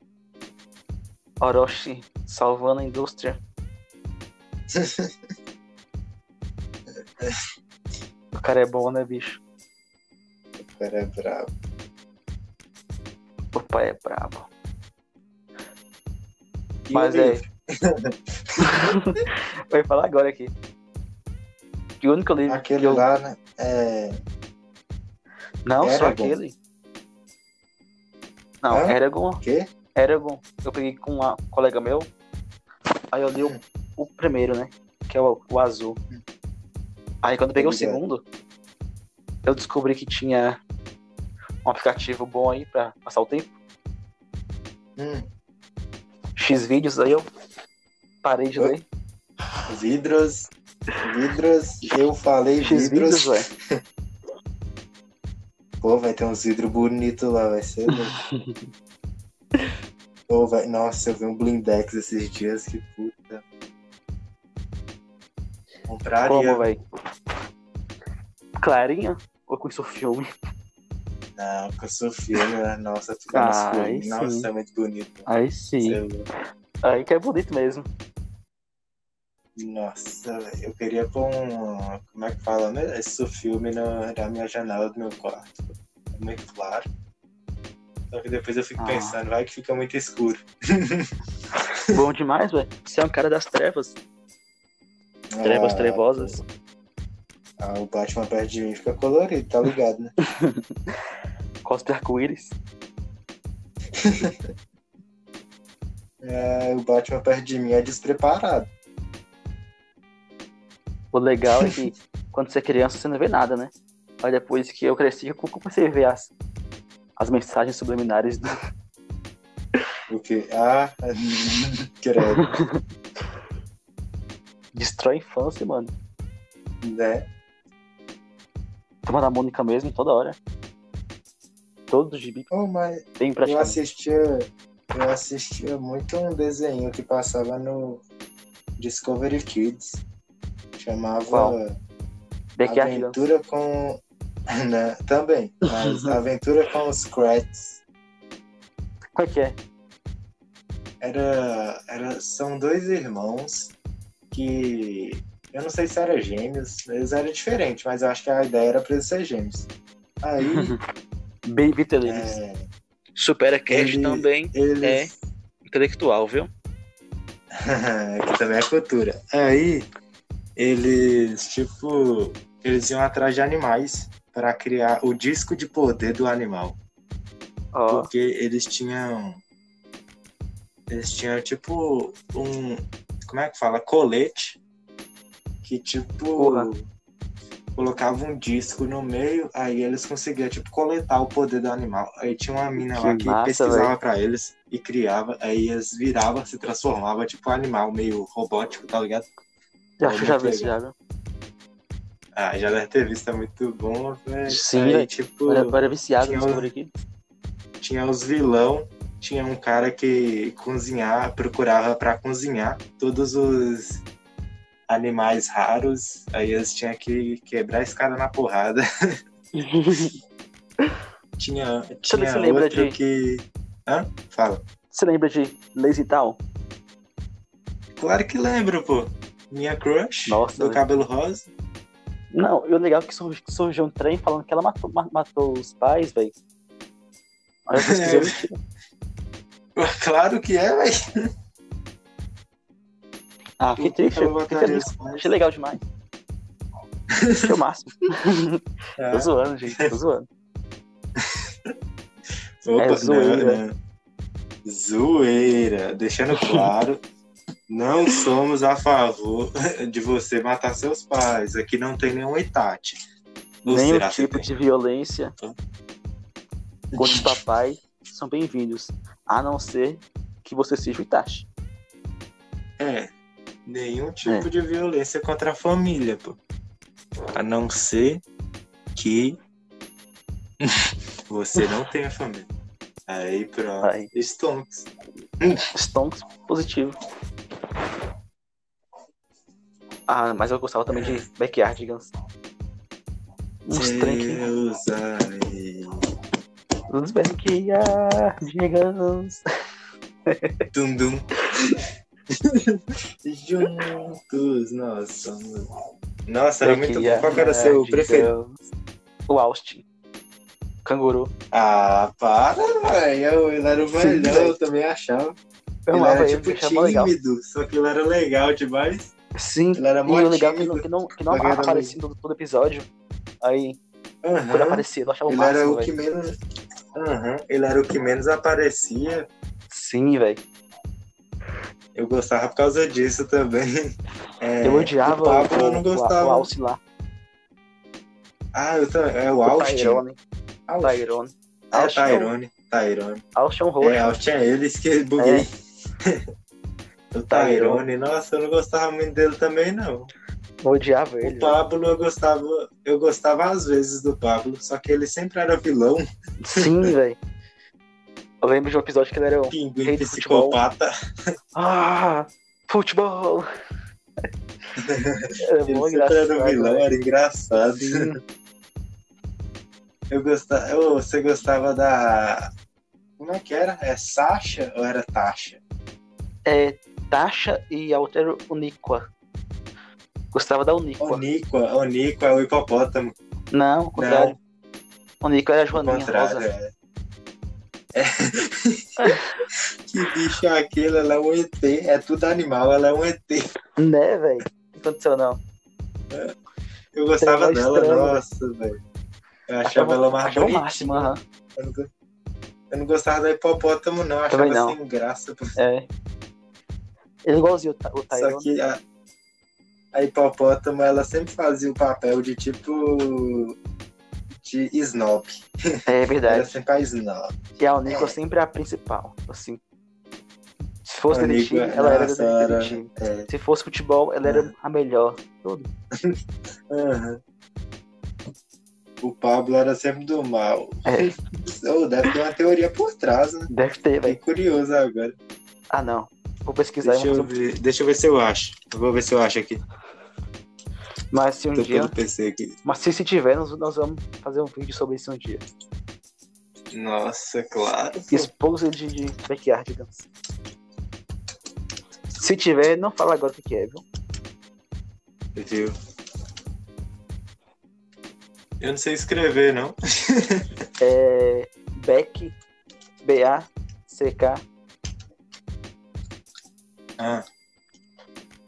[SPEAKER 2] Orochi salvando
[SPEAKER 1] [LAUGHS]
[SPEAKER 2] a indústria. o cara é bom, né, bicho?
[SPEAKER 1] O cara é brabo.
[SPEAKER 2] O pai é brabo.
[SPEAKER 1] E
[SPEAKER 2] Mas
[SPEAKER 1] o
[SPEAKER 2] é.
[SPEAKER 1] livro?
[SPEAKER 2] é. [LAUGHS] Eu ia falar agora aqui. que o único livro
[SPEAKER 1] Aquele
[SPEAKER 2] que Hum, eu...
[SPEAKER 1] lá, né? É,
[SPEAKER 2] Não, só
[SPEAKER 1] Eragon.
[SPEAKER 2] aquele. Não,
[SPEAKER 1] Hã?
[SPEAKER 2] Eragon,
[SPEAKER 1] o quê?
[SPEAKER 2] Eragon, eu peguei com uma- um colega meu, aí eu li o, o primeiro, né? Que é o, o azul. Aí quando eu peguei o
[SPEAKER 1] Obrigado.
[SPEAKER 2] segundo, eu descobri que tinha um aplicativo bom aí pra passar o tempo.
[SPEAKER 1] Hum,
[SPEAKER 2] X vídeos, aí eu parei de
[SPEAKER 1] Hã?
[SPEAKER 2] ler.
[SPEAKER 1] vidros. Vidros. Eu falei
[SPEAKER 2] X vídeos,
[SPEAKER 1] vidros.
[SPEAKER 2] velho.
[SPEAKER 1] Pô, vai ter uns vidros bonitos lá, vai ser louco.
[SPEAKER 2] [LAUGHS]
[SPEAKER 1] Pô, vai... Nossa, eu vi um blindex esses dias, que puta. Compraria.
[SPEAKER 2] Como, velho? Clarinha? Ou com isso filme?
[SPEAKER 1] Não, com o seu filme, né? nossa, fica nos
[SPEAKER 2] Ah,
[SPEAKER 1] filmes.
[SPEAKER 2] aí sim.
[SPEAKER 1] Nossa, é muito bonito.
[SPEAKER 2] Aí sim.
[SPEAKER 1] Sei lá.
[SPEAKER 2] Aí que é bonito mesmo.
[SPEAKER 1] Nossa, eu queria pôr um. Como é que fala? né? Esse filme na, na minha janela do meu quarto. É muito claro. Só que depois eu fico
[SPEAKER 2] Ah.
[SPEAKER 1] pensando, vai que fica muito escuro.
[SPEAKER 2] Bom demais, velho. Você é um cara das trevas.
[SPEAKER 1] [LAUGHS]
[SPEAKER 2] Trevas
[SPEAKER 1] Ah,
[SPEAKER 2] trevosas.
[SPEAKER 1] Ah, o Batman perto de mim fica colorido, tá ligado, né?
[SPEAKER 2] Cospe arco-íris.
[SPEAKER 1] É, o Batman perto de mim é despreparado.
[SPEAKER 2] O legal
[SPEAKER 1] [LAUGHS]
[SPEAKER 2] é que quando você é criança você não vê nada, né? Aí depois que eu cresci, eu comecei a ver as, as mensagens subliminares do, [LAUGHS]
[SPEAKER 1] O quê? Ah, [LAUGHS] credo,
[SPEAKER 2] Destrói a infância, mano.
[SPEAKER 1] né?
[SPEAKER 2] Turma da Mônica mesmo, toda hora. Todo gibi
[SPEAKER 1] Oh, mas
[SPEAKER 2] tem
[SPEAKER 1] Eu
[SPEAKER 2] praticamente.
[SPEAKER 1] assistia, eu assistia muito um desenho que passava no Discovery Kids. Chamava
[SPEAKER 2] Qual? Daqui a criança.
[SPEAKER 1] Aventura com. [LAUGHS] Né, também,
[SPEAKER 2] [LAUGHS]
[SPEAKER 1] mas Aventura com os Crats.
[SPEAKER 2] Qual é que é?
[SPEAKER 1] Era, era, são dois irmãos que. Eu não sei se eram gêmeos, eles eram diferentes, mas eu acho que a ideia era pra eles serem gêmeos.
[SPEAKER 2] [LAUGHS]
[SPEAKER 1] Aí.
[SPEAKER 2] Baby Televis.
[SPEAKER 1] é,
[SPEAKER 2] Supera
[SPEAKER 1] ele-
[SPEAKER 2] também
[SPEAKER 1] eles.
[SPEAKER 2] É. intelectual, viu?
[SPEAKER 1] [LAUGHS] que também é cultura. Aí, eles, tipo, eles iam atrás de animais para criar o disco de poder do animal.
[SPEAKER 2] Ó,
[SPEAKER 1] Porque eles tinham. Eles tinham, tipo, um. Como é que fala? Colete. Que, tipo.
[SPEAKER 2] Porra.
[SPEAKER 1] Colocava um disco no meio, aí eles conseguiam, tipo, coletar o poder do animal. Aí tinha uma mina lá
[SPEAKER 2] Que
[SPEAKER 1] que
[SPEAKER 2] massa,
[SPEAKER 1] pesquisava pra eles e criava, aí eles viravam, se transformavam, tipo, um animal meio robótico, tá ligado?
[SPEAKER 2] já acho que já vi
[SPEAKER 1] muito
[SPEAKER 2] esse já, viu?
[SPEAKER 1] Ah, já deve ter visto, é muito bom, velho.
[SPEAKER 2] Sim,
[SPEAKER 1] aí,
[SPEAKER 2] velho.
[SPEAKER 1] tipo.
[SPEAKER 2] Eu era, eu era é viciado
[SPEAKER 1] Tinha
[SPEAKER 2] nesse
[SPEAKER 1] um-
[SPEAKER 2] por aqui.
[SPEAKER 1] tinha os vilão, tinha um cara que cozinhar, procurava pra cozinhar todos os animais raros, aí eles tinham que quebrar esse cara na porrada. [LAUGHS] Tinha, tinha
[SPEAKER 2] se lembra
[SPEAKER 1] outro
[SPEAKER 2] de-
[SPEAKER 1] que... Hã? Fala.
[SPEAKER 2] [LAUGHS] Você lembra de Lazy Town?
[SPEAKER 1] Claro que lembro, pô. Minha crush,
[SPEAKER 2] Nossa, né?
[SPEAKER 1] do
[SPEAKER 2] velho.
[SPEAKER 1] cabelo rosa. [LAUGHS]
[SPEAKER 2] Não, e o legal é que sur- surgiu um trem falando que ela matou, ma- matou os pais, velho. Aí eu
[SPEAKER 1] É.
[SPEAKER 2] pesquisei mentira.
[SPEAKER 1] Claro que é, velho.
[SPEAKER 2] Ah, que triste.
[SPEAKER 1] Eu
[SPEAKER 2] Que
[SPEAKER 1] botaria
[SPEAKER 2] feliz.
[SPEAKER 1] os pais.
[SPEAKER 2] Achei legal demais. Achei o máximo.
[SPEAKER 1] Ah,
[SPEAKER 2] Tô zoando, gente. Tô zoando.
[SPEAKER 1] Opa,
[SPEAKER 2] É
[SPEAKER 1] não,
[SPEAKER 2] zoeira.
[SPEAKER 1] não. Zoeira. Deixando claro, não somos a favor de você matar seus pais. Aqui não tem nenhum itate. Ou
[SPEAKER 2] Nenhum
[SPEAKER 1] será que
[SPEAKER 2] tipo
[SPEAKER 1] tem?
[SPEAKER 2] de violência contra o papai são bem-vindos. A não ser que você seja o Itachi.
[SPEAKER 1] É. Nenhum tipo
[SPEAKER 2] É.
[SPEAKER 1] de violência contra a família, pô. A não ser que [LAUGHS] você não tenha família. Aí pronto.
[SPEAKER 2] Aí.
[SPEAKER 1] Stonks.
[SPEAKER 2] Stonks positivo. Ah, mas eu gostava também de Backyard Guns. Uns trem que
[SPEAKER 1] Deus, ai.
[SPEAKER 2] Dos Backyardigans.
[SPEAKER 1] Dum dum. [LAUGHS] Juntos nós somos. Nossa, era é muito bom. Qual que era o seu preferido?
[SPEAKER 2] O Austin. Canguru.
[SPEAKER 1] Ah, para, velho. Ele era o
[SPEAKER 2] Sim,
[SPEAKER 1] [LAUGHS] melhor,
[SPEAKER 2] velho.
[SPEAKER 1] eu também achava.
[SPEAKER 2] Eu
[SPEAKER 1] ele
[SPEAKER 2] amava
[SPEAKER 1] era
[SPEAKER 2] ele,
[SPEAKER 1] tipo
[SPEAKER 2] me chamava legal.
[SPEAKER 1] tímido, só que ele era legal demais.
[SPEAKER 2] Sim.
[SPEAKER 1] Ela era
[SPEAKER 2] E o
[SPEAKER 1] muito
[SPEAKER 2] legal é que
[SPEAKER 1] tímida.
[SPEAKER 2] não, que não, que não
[SPEAKER 1] Ela era
[SPEAKER 2] aparecia em todo, todo episódio. Aí,
[SPEAKER 1] Aham.
[SPEAKER 2] quando aparecia, eu achava o
[SPEAKER 1] Ele era
[SPEAKER 2] máximo,
[SPEAKER 1] o que
[SPEAKER 2] velho.
[SPEAKER 1] menos. Aham, Ele era o que menos aparecia.
[SPEAKER 2] Sim, velho.
[SPEAKER 1] Eu gostava por causa disso
[SPEAKER 2] [LAUGHS]
[SPEAKER 1] também. É,
[SPEAKER 2] eu odiava
[SPEAKER 1] O Pablo eu
[SPEAKER 2] o,
[SPEAKER 1] não
[SPEAKER 2] o, o,
[SPEAKER 1] gostava.
[SPEAKER 2] Alce lá.
[SPEAKER 1] ah, eu também. É o
[SPEAKER 2] O
[SPEAKER 1] Austin.
[SPEAKER 2] Tyrone.
[SPEAKER 1] Austin.
[SPEAKER 2] Tyrone.
[SPEAKER 1] É
[SPEAKER 2] Austin é o-
[SPEAKER 1] Tyrone. Tyrone.
[SPEAKER 2] Austin um
[SPEAKER 1] É,
[SPEAKER 2] Rocha.
[SPEAKER 1] Austin é eles que buguei. [LAUGHS] o Tyrone, nossa, eu não gostava muito dele também, não.
[SPEAKER 2] Eu odiava ele.
[SPEAKER 1] O
[SPEAKER 2] velho.
[SPEAKER 1] Pablo eu gostava. Eu gostava às vezes do Pablo, só que ele sempre era vilão, [LAUGHS]
[SPEAKER 2] Sim, velho. Eu lembro de um episódio que ele era um.
[SPEAKER 1] pinguim,
[SPEAKER 2] Rei do futebol.
[SPEAKER 1] psicopata.
[SPEAKER 2] Ah! Futebol! era
[SPEAKER 1] Ele
[SPEAKER 2] bom
[SPEAKER 1] sempre
[SPEAKER 2] engraçado. né?
[SPEAKER 1] era um vilão,
[SPEAKER 2] velho.
[SPEAKER 1] era engraçado.
[SPEAKER 2] Sim.
[SPEAKER 1] [LAUGHS] Eu gostava. ô, você gostava da. Como é que era? É Sasha ou era Tasha?
[SPEAKER 2] É Tasha e a outra era Uniqua. Gostava da Uniqua.
[SPEAKER 1] Oniqua, Oniqua é o hipopótamo.
[SPEAKER 2] Não, ao contrário. Uniqua era a
[SPEAKER 1] Ao
[SPEAKER 2] Joaninha
[SPEAKER 1] contrário,
[SPEAKER 2] Rosa.
[SPEAKER 1] é. É. [LAUGHS] que bicho é aquele? Ela é um ET. É tudo animal, ela é um ET.
[SPEAKER 2] Né, velho? Não aconteceu, não.
[SPEAKER 1] Eu gostava
[SPEAKER 2] Ela é
[SPEAKER 1] dela,
[SPEAKER 2] estranha.
[SPEAKER 1] nossa, velho. Eu achava ela mais
[SPEAKER 2] Achava o
[SPEAKER 1] bonita.
[SPEAKER 2] máximo, aham.
[SPEAKER 1] Eu não go- eu não gostava da hipopótamo, não. Eu Achava
[SPEAKER 2] Também não.
[SPEAKER 1] sem graça. pô.
[SPEAKER 2] É. Ele é igualzinho o Ty- o
[SPEAKER 1] Só
[SPEAKER 2] Tyrone.
[SPEAKER 1] que a, a hipopótamo, ela sempre fazia o papel de tipo. de snob.
[SPEAKER 2] É
[SPEAKER 1] Era
[SPEAKER 2] verdade.
[SPEAKER 1] sempre a snob.
[SPEAKER 2] E a Uniqua sempre é a principal. Assim. Se fosse
[SPEAKER 1] Uniqua,
[SPEAKER 2] detetive, ela era
[SPEAKER 1] nossa, era-
[SPEAKER 2] detetive.
[SPEAKER 1] É.
[SPEAKER 2] Se fosse futebol, ela era a melhor. Tudo.
[SPEAKER 1] Aham. O Pablo era sempre do mal.
[SPEAKER 2] É,
[SPEAKER 1] Oh, deve ter uma teoria por trás, né?
[SPEAKER 2] deve ter,
[SPEAKER 1] Fiquei
[SPEAKER 2] velho.
[SPEAKER 1] curioso agora.
[SPEAKER 2] Ah, não. Vou pesquisar.
[SPEAKER 1] Deixa
[SPEAKER 2] e
[SPEAKER 1] eu,
[SPEAKER 2] vou fazer-
[SPEAKER 1] ver, deixa eu ver se eu acho. Eu Vou ver se eu acho aqui.
[SPEAKER 2] Mas se um
[SPEAKER 1] Tô
[SPEAKER 2] dia...
[SPEAKER 1] pelo PC aqui.
[SPEAKER 2] Mas se, se tiver, nós, nós vamos fazer um vídeo sobre isso um dia.
[SPEAKER 1] Nossa, claro. pô.
[SPEAKER 2] Esposa de, de backyard dance. Se tiver, não fala agora o que que é, viu?
[SPEAKER 1] Viu? Eu não sei escrever, não.
[SPEAKER 2] É. Beck. B-A-C-K.
[SPEAKER 1] Ah.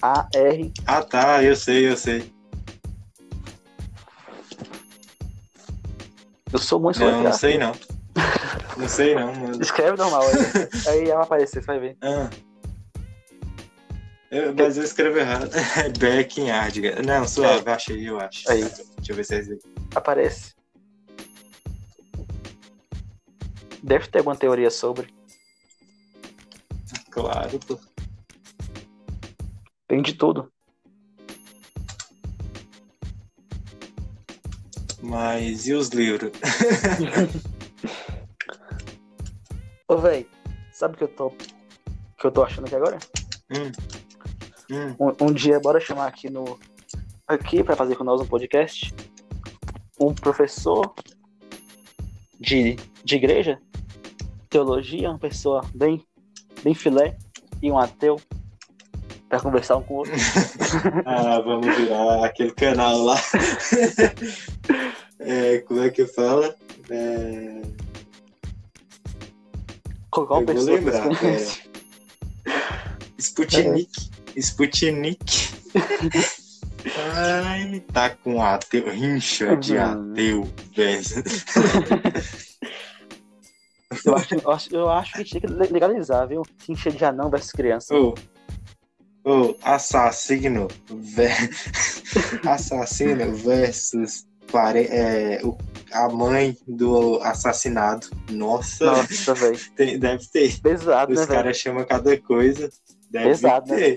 [SPEAKER 2] A-R.
[SPEAKER 1] Ah, tá, eu sei, eu sei.
[SPEAKER 2] Eu sou muito
[SPEAKER 1] Não, não
[SPEAKER 2] soletrado.
[SPEAKER 1] sei
[SPEAKER 2] [LAUGHS]
[SPEAKER 1] não. Não sei não, mano.
[SPEAKER 2] Escreve normal
[SPEAKER 1] [LAUGHS]
[SPEAKER 2] aí. aí ela vai aparecer, você vai ver.
[SPEAKER 1] Ah. Eu, mas eu escrevi errado. [LAUGHS] É Back in Ardigan. Não, suave, achei, eu acho.
[SPEAKER 2] Aí.
[SPEAKER 1] Deixa eu ver se é isso.
[SPEAKER 2] Aparece. Deve ter alguma teoria sobre.
[SPEAKER 1] Claro, pô.
[SPEAKER 2] Tem de tudo.
[SPEAKER 1] Mas e os livros?
[SPEAKER 2] Ô, véi, sabe o que eu tô. que eu tô achando aqui agora?
[SPEAKER 1] Hum. Hum.
[SPEAKER 2] Um, um dia, bora chamar aqui no. Aqui pra fazer com nós um podcast. Um professor de, de igreja, teologia, uma pessoa bem, bem filé e um ateu. Pra conversar um com o outro.
[SPEAKER 1] Ah, vamos virar aquele canal
[SPEAKER 2] [LAUGHS]
[SPEAKER 1] lá. É, como é que fala? É,
[SPEAKER 2] Colocar uma
[SPEAKER 1] Eu vou
[SPEAKER 2] pessoa que
[SPEAKER 1] lembrar, é.
[SPEAKER 2] você conhece.
[SPEAKER 1] Sputnik. Sputnik. Ai, tá com ateu, rincha de
[SPEAKER 2] Hum.
[SPEAKER 1] ateu, velho.
[SPEAKER 2] Eu acho, eu acho- eu acho que tinha que le- legalizar, viu? Tinha de anão versus criança.
[SPEAKER 1] Ô, ô, assassino, ver- [LAUGHS] assassino versus pare... é, o- a mãe do assassinado. Nossa,
[SPEAKER 2] Nossa, velho.
[SPEAKER 1] tem- deve ter.
[SPEAKER 2] Pesado, né,
[SPEAKER 1] Os
[SPEAKER 2] velho?
[SPEAKER 1] caras chamam cada coisa. Deve
[SPEAKER 2] Pesado, né?
[SPEAKER 1] ter.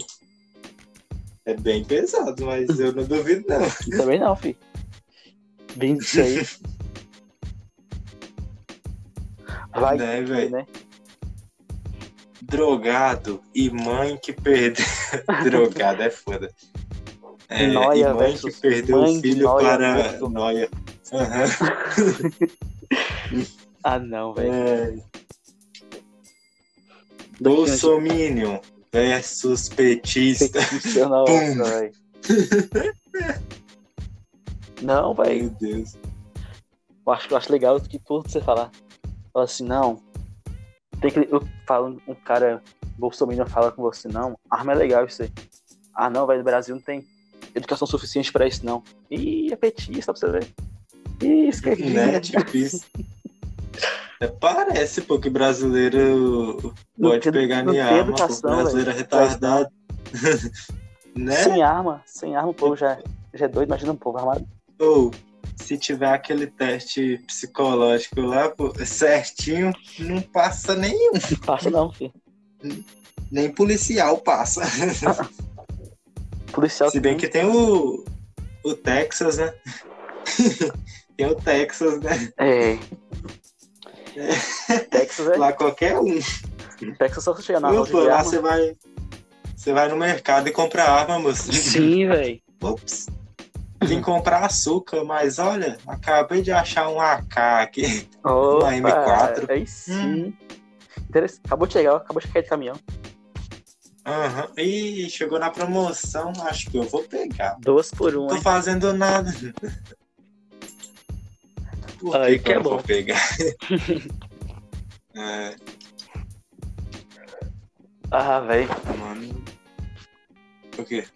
[SPEAKER 1] É bem pesado, mas eu não duvido, não.
[SPEAKER 2] Também não, fi. Bem isso aí.
[SPEAKER 1] [LAUGHS]
[SPEAKER 2] Vai,
[SPEAKER 1] né, velho?
[SPEAKER 2] né?
[SPEAKER 1] Drogado e mãe que perdeu. [LAUGHS] Drogado é foda. É,
[SPEAKER 2] Nóia
[SPEAKER 1] e mãe que
[SPEAKER 2] versus
[SPEAKER 1] perdeu
[SPEAKER 2] mãe
[SPEAKER 1] o
[SPEAKER 2] de
[SPEAKER 1] filho
[SPEAKER 2] nóia
[SPEAKER 1] para
[SPEAKER 2] versus-
[SPEAKER 1] Noia. Aham.
[SPEAKER 2] Ah, não, velho.
[SPEAKER 1] É. Bolsominion versus petista.
[SPEAKER 2] Fictício, Nossa,
[SPEAKER 1] Pum.
[SPEAKER 2] velho. Não, velho.
[SPEAKER 1] Meu Deus.
[SPEAKER 2] Eu acho, eu acho legal que tudo você falar. Fala assim, não. Tem que. Eu falo, um cara bolsominion fala com você, não. Arma é legal isso aí. Ah, não, velho, no Brasil não tem educação suficiente pra isso, não. Ih, é petista pra você ver. Ih, esquerdinha. [LAUGHS]
[SPEAKER 1] Né? Tipo isso. É, Parece, pô, que brasileiro
[SPEAKER 2] Não
[SPEAKER 1] pode
[SPEAKER 2] tem-
[SPEAKER 1] pegar
[SPEAKER 2] não
[SPEAKER 1] minha
[SPEAKER 2] tem
[SPEAKER 1] arma, pô,
[SPEAKER 2] educação,
[SPEAKER 1] brasileiro é retardado. [LAUGHS] né?
[SPEAKER 2] Sem arma, sem arma, o povo já, já é doido, imagina um povo armado.
[SPEAKER 1] Ou, se tiver aquele teste psicológico lá, pô, certinho, não passa nem,
[SPEAKER 2] Não passa não, filho.
[SPEAKER 1] nem policial passa.
[SPEAKER 2] Policial
[SPEAKER 1] Se bem
[SPEAKER 2] tem-
[SPEAKER 1] que tem o, o Texas, né? [LAUGHS] tem o Texas, né? [LAUGHS]
[SPEAKER 2] É. Texas é.
[SPEAKER 1] Lá qualquer um.
[SPEAKER 2] Texas só chega na
[SPEAKER 1] Pô,
[SPEAKER 2] loja
[SPEAKER 1] pô,
[SPEAKER 2] de
[SPEAKER 1] lá
[SPEAKER 2] arma.
[SPEAKER 1] você vai. Você vai no mercado e compra arma, moço.
[SPEAKER 2] Sim, velho.
[SPEAKER 1] Ops. Vim comprar açúcar, mas olha, acabei de achar um AK aqui.
[SPEAKER 2] Opa,
[SPEAKER 1] M4.
[SPEAKER 2] Aí sim. Interess- Acabou de chegar, acabou de cair de caminhão.
[SPEAKER 1] Aham. Ih, chegou na promoção, acho que eu vou pegar.
[SPEAKER 2] Duas por um,
[SPEAKER 1] Não tô
[SPEAKER 2] hein?
[SPEAKER 1] fazendo nada. Por
[SPEAKER 2] Aí
[SPEAKER 1] que,
[SPEAKER 2] que
[SPEAKER 1] que
[SPEAKER 2] é
[SPEAKER 1] eu não
[SPEAKER 2] bom.
[SPEAKER 1] vou pegar? é,
[SPEAKER 2] Ah, velho.
[SPEAKER 1] mano. O quê?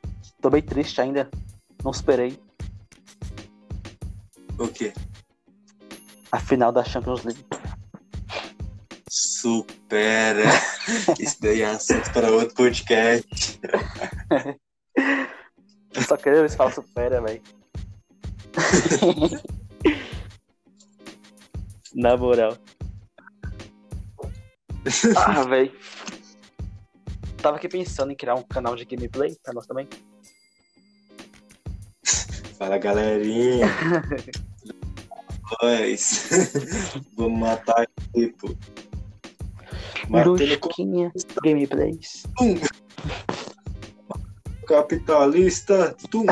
[SPEAKER 2] Tô bem triste ainda. Não superei
[SPEAKER 1] O quê?
[SPEAKER 2] a final da Champions League.
[SPEAKER 1] Supera. Isso daí é assunto para outro podcast.
[SPEAKER 2] Eu só queria ver se fala supera, velho. [LAUGHS] Na moral. Ah, velho. Tava aqui pensando em criar um canal de gameplay pra nós também.
[SPEAKER 1] Fala galerinha. Nós.
[SPEAKER 2] [LAUGHS]
[SPEAKER 1] Vamos matar aqui, pô. Matando com
[SPEAKER 2] Brusquinha Gameplays.
[SPEAKER 1] o capitalista. Tum.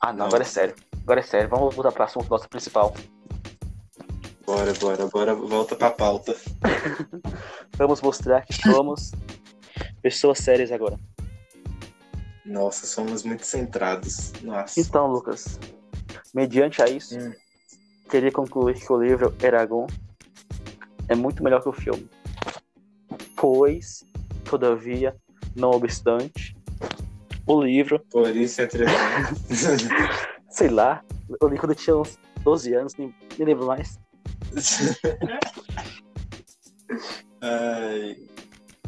[SPEAKER 2] Ah, não, agora é sério. Agora é sério. Vamos voltar pra assunto nosso principal.
[SPEAKER 1] Bora, bora, bora. Volta pra pauta.
[SPEAKER 2] Vamos mostrar que somos [LAUGHS] pessoas sérias agora.
[SPEAKER 1] Nossa, somos muito centrados. Nossa.
[SPEAKER 2] Então, Lucas, mediante a isso,
[SPEAKER 1] Hum.
[SPEAKER 2] queria concluir que o livro Eragon é muito melhor que o filme. Pois, todavia, não obstante, o livro,
[SPEAKER 1] Por isso, é
[SPEAKER 2] [LAUGHS]
[SPEAKER 1] entretanto.
[SPEAKER 2] sei lá, eu li quando eu tinha uns 12 anos, nem, nem lembro mais.
[SPEAKER 1] [LAUGHS] Ai.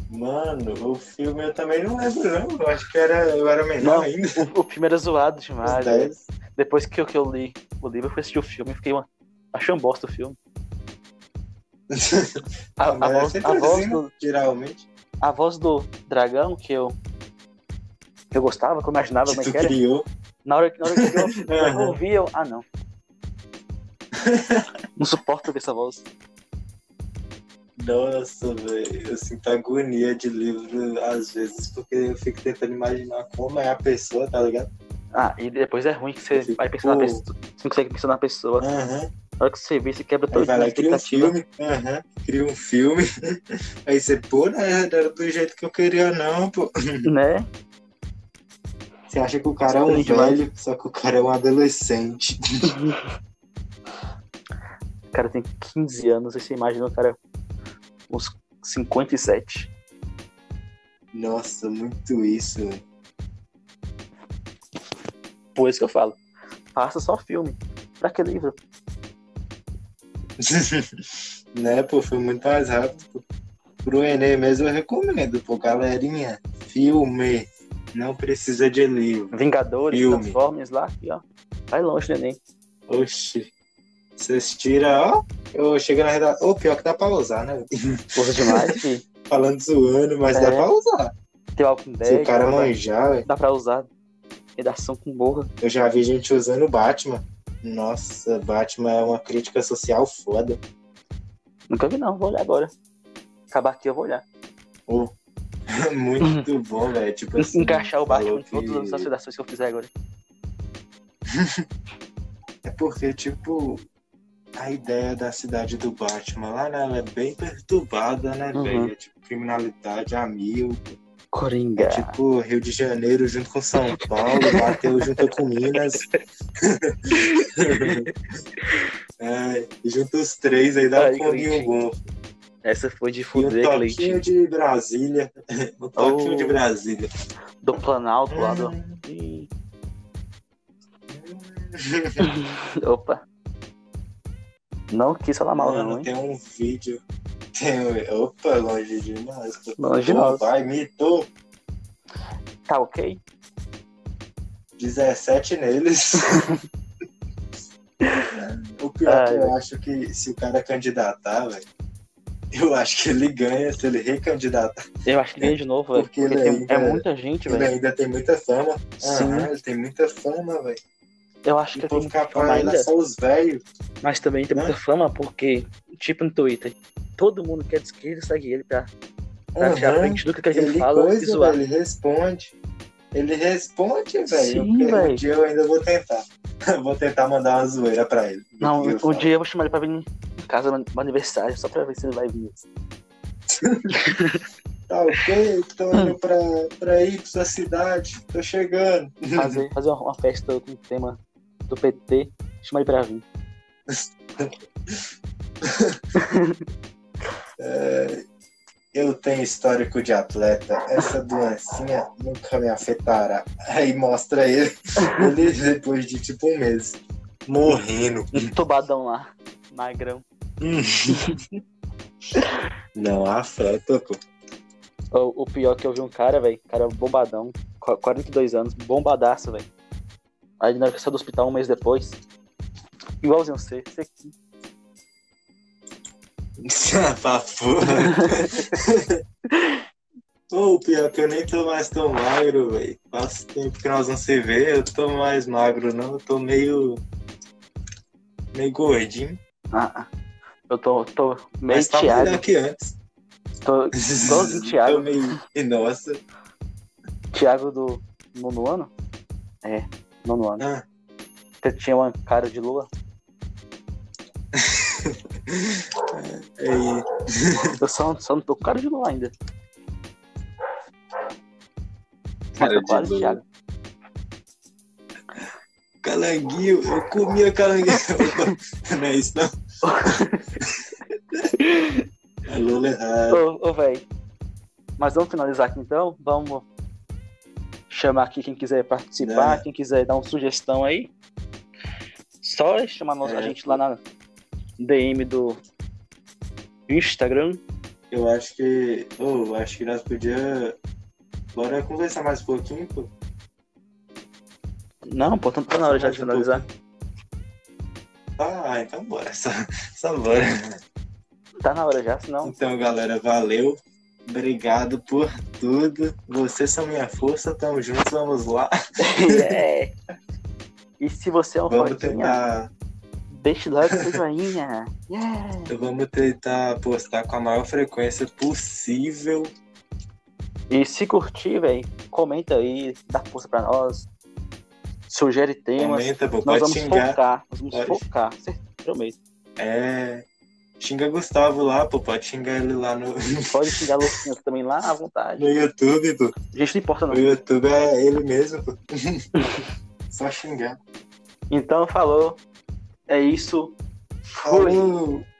[SPEAKER 1] Mano, o filme eu também não lembro, não. Eu acho que era, eu era menor
[SPEAKER 2] Não,
[SPEAKER 1] ainda. É.
[SPEAKER 2] O, o filme era zoado demais.
[SPEAKER 1] Uns [LAUGHS]
[SPEAKER 2] velho.
[SPEAKER 1] 10.
[SPEAKER 2] Depois que eu, que eu li o livro, eu fui assistir o filme e fiquei uma... achando bosta
[SPEAKER 1] [LAUGHS]
[SPEAKER 2] o filme. A, a
[SPEAKER 1] mas é
[SPEAKER 2] voz,
[SPEAKER 1] sempre
[SPEAKER 2] a voz
[SPEAKER 1] assim,
[SPEAKER 2] do,
[SPEAKER 1] Geralmente,
[SPEAKER 2] a voz do dragão que eu que eu gostava, que eu imaginava como é
[SPEAKER 1] que tu
[SPEAKER 2] que era,
[SPEAKER 1] criou.
[SPEAKER 2] na hora, na hora que eu,
[SPEAKER 1] [LAUGHS]
[SPEAKER 2] que eu
[SPEAKER 1] Aham.
[SPEAKER 2] ouvi, eu,
[SPEAKER 1] [LAUGHS]
[SPEAKER 2] ah não. Não suporto ver essa voz.
[SPEAKER 1] Nossa, velho, eu sinto agonia de livro às vezes, porque eu fico tentando imaginar como é a pessoa, tá ligado?
[SPEAKER 2] Ah, e depois é ruim que você
[SPEAKER 1] Ficou-
[SPEAKER 2] vai pensar na pessoa, você não consegue pensar na pessoa.
[SPEAKER 1] Aham.
[SPEAKER 2] Na hora que você vê, você quebra
[SPEAKER 1] É. Aí
[SPEAKER 2] toda
[SPEAKER 1] vai lá
[SPEAKER 2] a
[SPEAKER 1] e cria um
[SPEAKER 2] expectativa.
[SPEAKER 1] filme, aham, cria um filme. [LAUGHS] Aí você, pô, né, não era do jeito que eu queria, não, pô.
[SPEAKER 2] Né?
[SPEAKER 1] Você acha que o cara é um
[SPEAKER 2] Sim, demais.
[SPEAKER 1] velho, só que o cara é um adolescente. [LAUGHS]
[SPEAKER 2] O cara tem 15 anos, aí você imagina o cara uns 57.
[SPEAKER 1] Nossa, muito isso, velho. [LAUGHS]
[SPEAKER 2] Por isso que eu falo. Faça só filme. Pra que livro?
[SPEAKER 1] né, pô, foi muito mais rápido. Pô. Pro Enem mesmo eu recomendo, pô, galerinha, filme. Não precisa de livro.
[SPEAKER 2] Vingadores,
[SPEAKER 1] Filme.
[SPEAKER 2] Transformers lá, aqui, ó. Vai longe, neném.
[SPEAKER 1] Oxi. Vocês tiram, ó. Eu chego na redação. Ô, pior que dá pra usar, né?
[SPEAKER 2] Porra demais, filho.
[SPEAKER 1] Falando zoando, mas dá
[SPEAKER 2] É.
[SPEAKER 1] pra usar.
[SPEAKER 2] Tem Walking Dead.
[SPEAKER 1] Se o cara
[SPEAKER 2] dá pra-
[SPEAKER 1] manjar, velho.
[SPEAKER 2] Dá pra usar redação com borra.
[SPEAKER 1] eu já vi gente usando o Batman. Nossa, Batman é uma crítica social foda. [LAUGHS]
[SPEAKER 2] Nunca vi, não. Vou olhar agora. Acabar aqui, eu vou olhar.
[SPEAKER 1] Muito bom, velho. Tipo assim,
[SPEAKER 2] Uhum. Encaixar o
[SPEAKER 1] falou
[SPEAKER 2] Batman em todas
[SPEAKER 1] que-
[SPEAKER 2] as redações que eu fizer agora.
[SPEAKER 1] É porque, tipo, a ideia da cidade do Batman lá, né? Ela é bem perturbada, né,
[SPEAKER 2] Uhum.
[SPEAKER 1] velho? É tipo criminalidade a mil. É
[SPEAKER 2] Coringa.
[SPEAKER 1] tipo Rio de Janeiro junto com São Paulo, bateu junto com
[SPEAKER 2] [LAUGHS]
[SPEAKER 1] Minas. é, junta os três aí dá
[SPEAKER 2] Ai,
[SPEAKER 1] um colinho
[SPEAKER 2] Corinthians.
[SPEAKER 1] bom.
[SPEAKER 2] Essa foi de
[SPEAKER 1] E um
[SPEAKER 2] fuder,
[SPEAKER 1] toquinho
[SPEAKER 2] Cleitinho.
[SPEAKER 1] de Brasília. [LAUGHS] Um toquinho de Brasília.
[SPEAKER 2] Do Planalto lá
[SPEAKER 1] [LAUGHS]
[SPEAKER 2] do. Ih, Opa. Não quis falar mal, né, não,
[SPEAKER 1] Mano,
[SPEAKER 2] hein?
[SPEAKER 1] tem um vídeo. Tem... um- Opa, longe demais. Tô-
[SPEAKER 2] Longe de
[SPEAKER 1] Pô,
[SPEAKER 2] nós.
[SPEAKER 1] Vai, mitou.
[SPEAKER 2] Tá ok?
[SPEAKER 1] 17 neles. o pior é que
[SPEAKER 2] Ai,
[SPEAKER 1] eu acho que se o cara candidatar, velho, eu acho que ele ganha se ele recandidatar.
[SPEAKER 2] Eu acho que ganha de novo, velho.
[SPEAKER 1] Porque
[SPEAKER 2] Porque
[SPEAKER 1] ele
[SPEAKER 2] tem-
[SPEAKER 1] ainda-
[SPEAKER 2] é muita gente,
[SPEAKER 1] Ele
[SPEAKER 2] velho.
[SPEAKER 1] ainda tem muita fama.
[SPEAKER 2] Sim.
[SPEAKER 1] Aham, ele tem muita fama, velho.
[SPEAKER 2] Eu acho
[SPEAKER 1] E
[SPEAKER 2] que
[SPEAKER 1] O
[SPEAKER 2] tem
[SPEAKER 1] povo
[SPEAKER 2] muita
[SPEAKER 1] capaz
[SPEAKER 2] fama
[SPEAKER 1] ainda
[SPEAKER 2] ainda.
[SPEAKER 1] só os velhos.
[SPEAKER 2] Mas também tem
[SPEAKER 1] Né?
[SPEAKER 2] muita fama porque, tipo no Twitter, todo mundo que é de esquerda segue ele pra, pra tirar
[SPEAKER 1] Aham.
[SPEAKER 2] print do que ele,
[SPEAKER 1] Ele
[SPEAKER 2] fala e
[SPEAKER 1] coisa,
[SPEAKER 2] zoar.
[SPEAKER 1] velho, ele responde. Ele responde, velho.
[SPEAKER 2] Sim,
[SPEAKER 1] Eu- Um
[SPEAKER 2] velho.
[SPEAKER 1] dia eu ainda vou tentar. [LAUGHS] vou tentar mandar uma zoeira pra ele.
[SPEAKER 2] Não,
[SPEAKER 1] Eu
[SPEAKER 2] um
[SPEAKER 1] falo.
[SPEAKER 2] dia eu vou chamar ele pra vir em casa no no aniversário, só pra ver se ele vai vir. assim.
[SPEAKER 1] [LAUGHS] Tá ok, tô indo pra, pra ir pra sua cidade. Tô chegando.
[SPEAKER 2] Fazer, fazer uma, uma festa com o tema do PT, chamar ele pra vir.
[SPEAKER 1] Eu tenho histórico de atleta. Essa doencinha nunca me afetará. Aí mostra ele, [LAUGHS] ele depois de tipo um mês. Morrendo. [LAUGHS]
[SPEAKER 2] Tobadão Um lá, magrão.
[SPEAKER 1] Não afeta, pô.
[SPEAKER 2] O, o pior que eu vi um cara, velho, cara bombadão, qu- 42 anos, bombadaço, velho. Aí na hora que saiu do hospital um mês depois, igualzinho você, você
[SPEAKER 1] [LAUGHS] pra porra. Pô, o pior é que eu nem tô mais tão magro, velho. Faz tempo que nós não se vê, eu tô mais magro, não. Eu tô meio. meio gordinho.
[SPEAKER 2] Ah, eu tô, tô meio
[SPEAKER 1] Mas tá melhor
[SPEAKER 2] Thiago.
[SPEAKER 1] que antes.
[SPEAKER 2] Tô igualzinho o Thiago.
[SPEAKER 1] Tô meio. E nossa.
[SPEAKER 2] Thiago do nono ano? É, nono ano.
[SPEAKER 1] Ah,
[SPEAKER 2] Você tinha uma cara de lua.
[SPEAKER 1] e-
[SPEAKER 2] Eu só, só não tô com cara de lua ainda. Mas
[SPEAKER 1] Cara
[SPEAKER 2] tô
[SPEAKER 1] de
[SPEAKER 2] quase
[SPEAKER 1] lua.
[SPEAKER 2] Thiago.
[SPEAKER 1] Calanguinho, eu comia calanguinho. [LAUGHS] não é isso, não. A Lula errada.
[SPEAKER 2] Ô, ô, véi. Mas vamos finalizar aqui então. Vamos chamar aqui quem quiser participar,
[SPEAKER 1] Né?
[SPEAKER 2] quem quiser dar uma sugestão aí. Só chamar nós-
[SPEAKER 1] É.
[SPEAKER 2] a gente lá na DM do Instagram.
[SPEAKER 1] Eu acho que. Oh, acho que nós podíamos. Bora conversar mais um pouquinho, pô.
[SPEAKER 2] Não, pô, tá na hora já de
[SPEAKER 1] um
[SPEAKER 2] finalizar.
[SPEAKER 1] Ah, então bora. [LAUGHS] Só, só bora.
[SPEAKER 2] Tá na hora já, senão.
[SPEAKER 1] Então, galera, valeu. Obrigado por tudo. Vocês são minha força. Tamo junto, vamos lá.
[SPEAKER 2] É. E se você é um
[SPEAKER 1] Vamos
[SPEAKER 2] foquinha,
[SPEAKER 1] tentar.
[SPEAKER 2] deixe logo seu joinha. Yeah.
[SPEAKER 1] Então Vamos tentar postar com a maior frequência possível.
[SPEAKER 2] E se curtir, velho, comenta aí, dá força pra nós. Sugere temas.
[SPEAKER 1] Comenta, pô.
[SPEAKER 2] nós
[SPEAKER 1] tá Pode
[SPEAKER 2] vamos
[SPEAKER 1] xingar.
[SPEAKER 2] focar. Nós vamos
[SPEAKER 1] Pode.
[SPEAKER 2] focar. cer- Prometo.
[SPEAKER 1] É. Xinga Gustavo lá, pô. Pode xingar ele lá no, [LAUGHS]
[SPEAKER 2] Pode xingar Lucinhas também lá à vontade.
[SPEAKER 1] no YouTube, pô.
[SPEAKER 2] A gente não importa, não.
[SPEAKER 1] O YouTube é ele mesmo, pô. [LAUGHS] Só xingar.
[SPEAKER 2] Então, falou. É isso. Fui.
[SPEAKER 1] Falou!